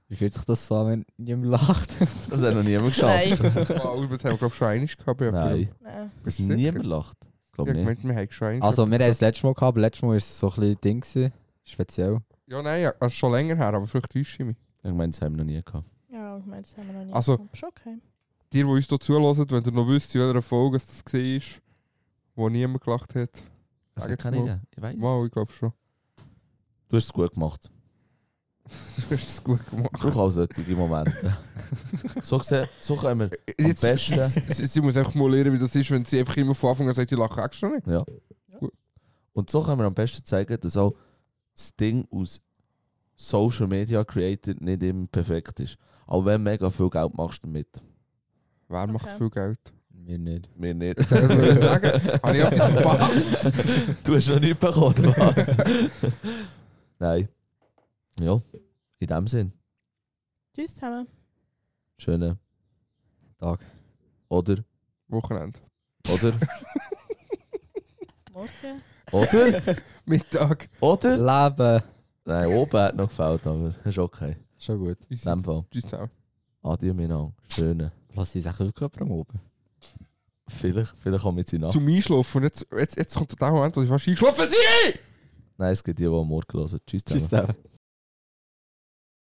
Speaker 7: Wie fühlt sich das so an, wenn niemand lacht?
Speaker 3: Das hat noch niemand geschafft.
Speaker 4: Wow, das haben wir, glaube ich, schon einig gehabt. ja.
Speaker 3: Nein.
Speaker 1: Nein.
Speaker 3: Dass
Speaker 4: Sicher?
Speaker 3: niemand lacht. Ich
Speaker 4: Ja,
Speaker 3: glaube nicht.
Speaker 4: gemeint, wir haben schon einig
Speaker 7: Also,
Speaker 4: gehabt.
Speaker 7: wir haben es letztes Mal gehabt, aber letztes Mal war es so ein bisschen Ding. Gewesen. Speziell.
Speaker 4: Ja, nein, ja, also schon länger her, aber vielleicht täusche ich mich.
Speaker 3: Ich meine, das haben wir noch nie gehabt.
Speaker 1: Ja, ich meine, das haben wir noch nicht.
Speaker 4: Also-
Speaker 1: gehabt. Ist okay.
Speaker 4: Dir, die uns hier zuhören, wenn ihr noch wisst, in welcher Folge es das war, wo niemand gelacht hat.
Speaker 3: Das
Speaker 4: Sag
Speaker 3: hat
Speaker 4: jetzt
Speaker 3: keine
Speaker 4: mal.
Speaker 3: Idee. Ich weiß.
Speaker 4: Wow, ich glaube schon.
Speaker 3: Du hast es gut gemacht.
Speaker 4: Du hast es gut gemacht.
Speaker 3: Durch all solche Momente. so gesehen, so können wir. Am
Speaker 4: Jetzt-
Speaker 3: besten.
Speaker 4: sie, sie muss einfach mal lernen, wie das ist, wenn sie einfach immer von Anfang an sagt, ich lache extra nicht.
Speaker 3: Ja.
Speaker 4: Gut.
Speaker 3: Und so können wir am besten zeigen, dass auch das Ding aus Social Media Creator nicht immer perfekt ist. Auch wenn du mega viel Geld machst damit.
Speaker 4: Wer macht
Speaker 1: Okay.
Speaker 4: viel Geld?
Speaker 7: Wir nicht.
Speaker 3: Mir nicht.
Speaker 4: Das wollte ich sagen. Habe ich etwas verpasst?
Speaker 3: Du hast noch nichts bekommen, oder was? Nein. Ja, in dem Sinn.
Speaker 1: Tschüss zusammen.
Speaker 3: Schönen.
Speaker 7: Tag.
Speaker 3: Oder?
Speaker 4: Wochenende.
Speaker 3: Oder?
Speaker 1: Morgen.
Speaker 3: Oder?
Speaker 4: Mittag.
Speaker 3: Oder?
Speaker 7: Leben.
Speaker 3: Nein, oben hat noch gefällt, aber ist okay.
Speaker 7: Schon gut.
Speaker 4: Tschüss.
Speaker 3: In dem Fall.
Speaker 4: Tschüss zusammen.
Speaker 3: Adieu, mein Name. Schönen.
Speaker 7: Lass dich sicher wirklich jemand am Oben.
Speaker 3: Vielleicht, vielleicht kommen wir jetzt in die Nacht.
Speaker 4: Zum Einschlafen. Und Jetzt, jetzt, jetzt kommt der Moment, wo ich fast einschlafen bin.
Speaker 3: Nein, es gibt die, die am Morgen hören. Tschüss zusammen.
Speaker 7: Tschüss zusammen.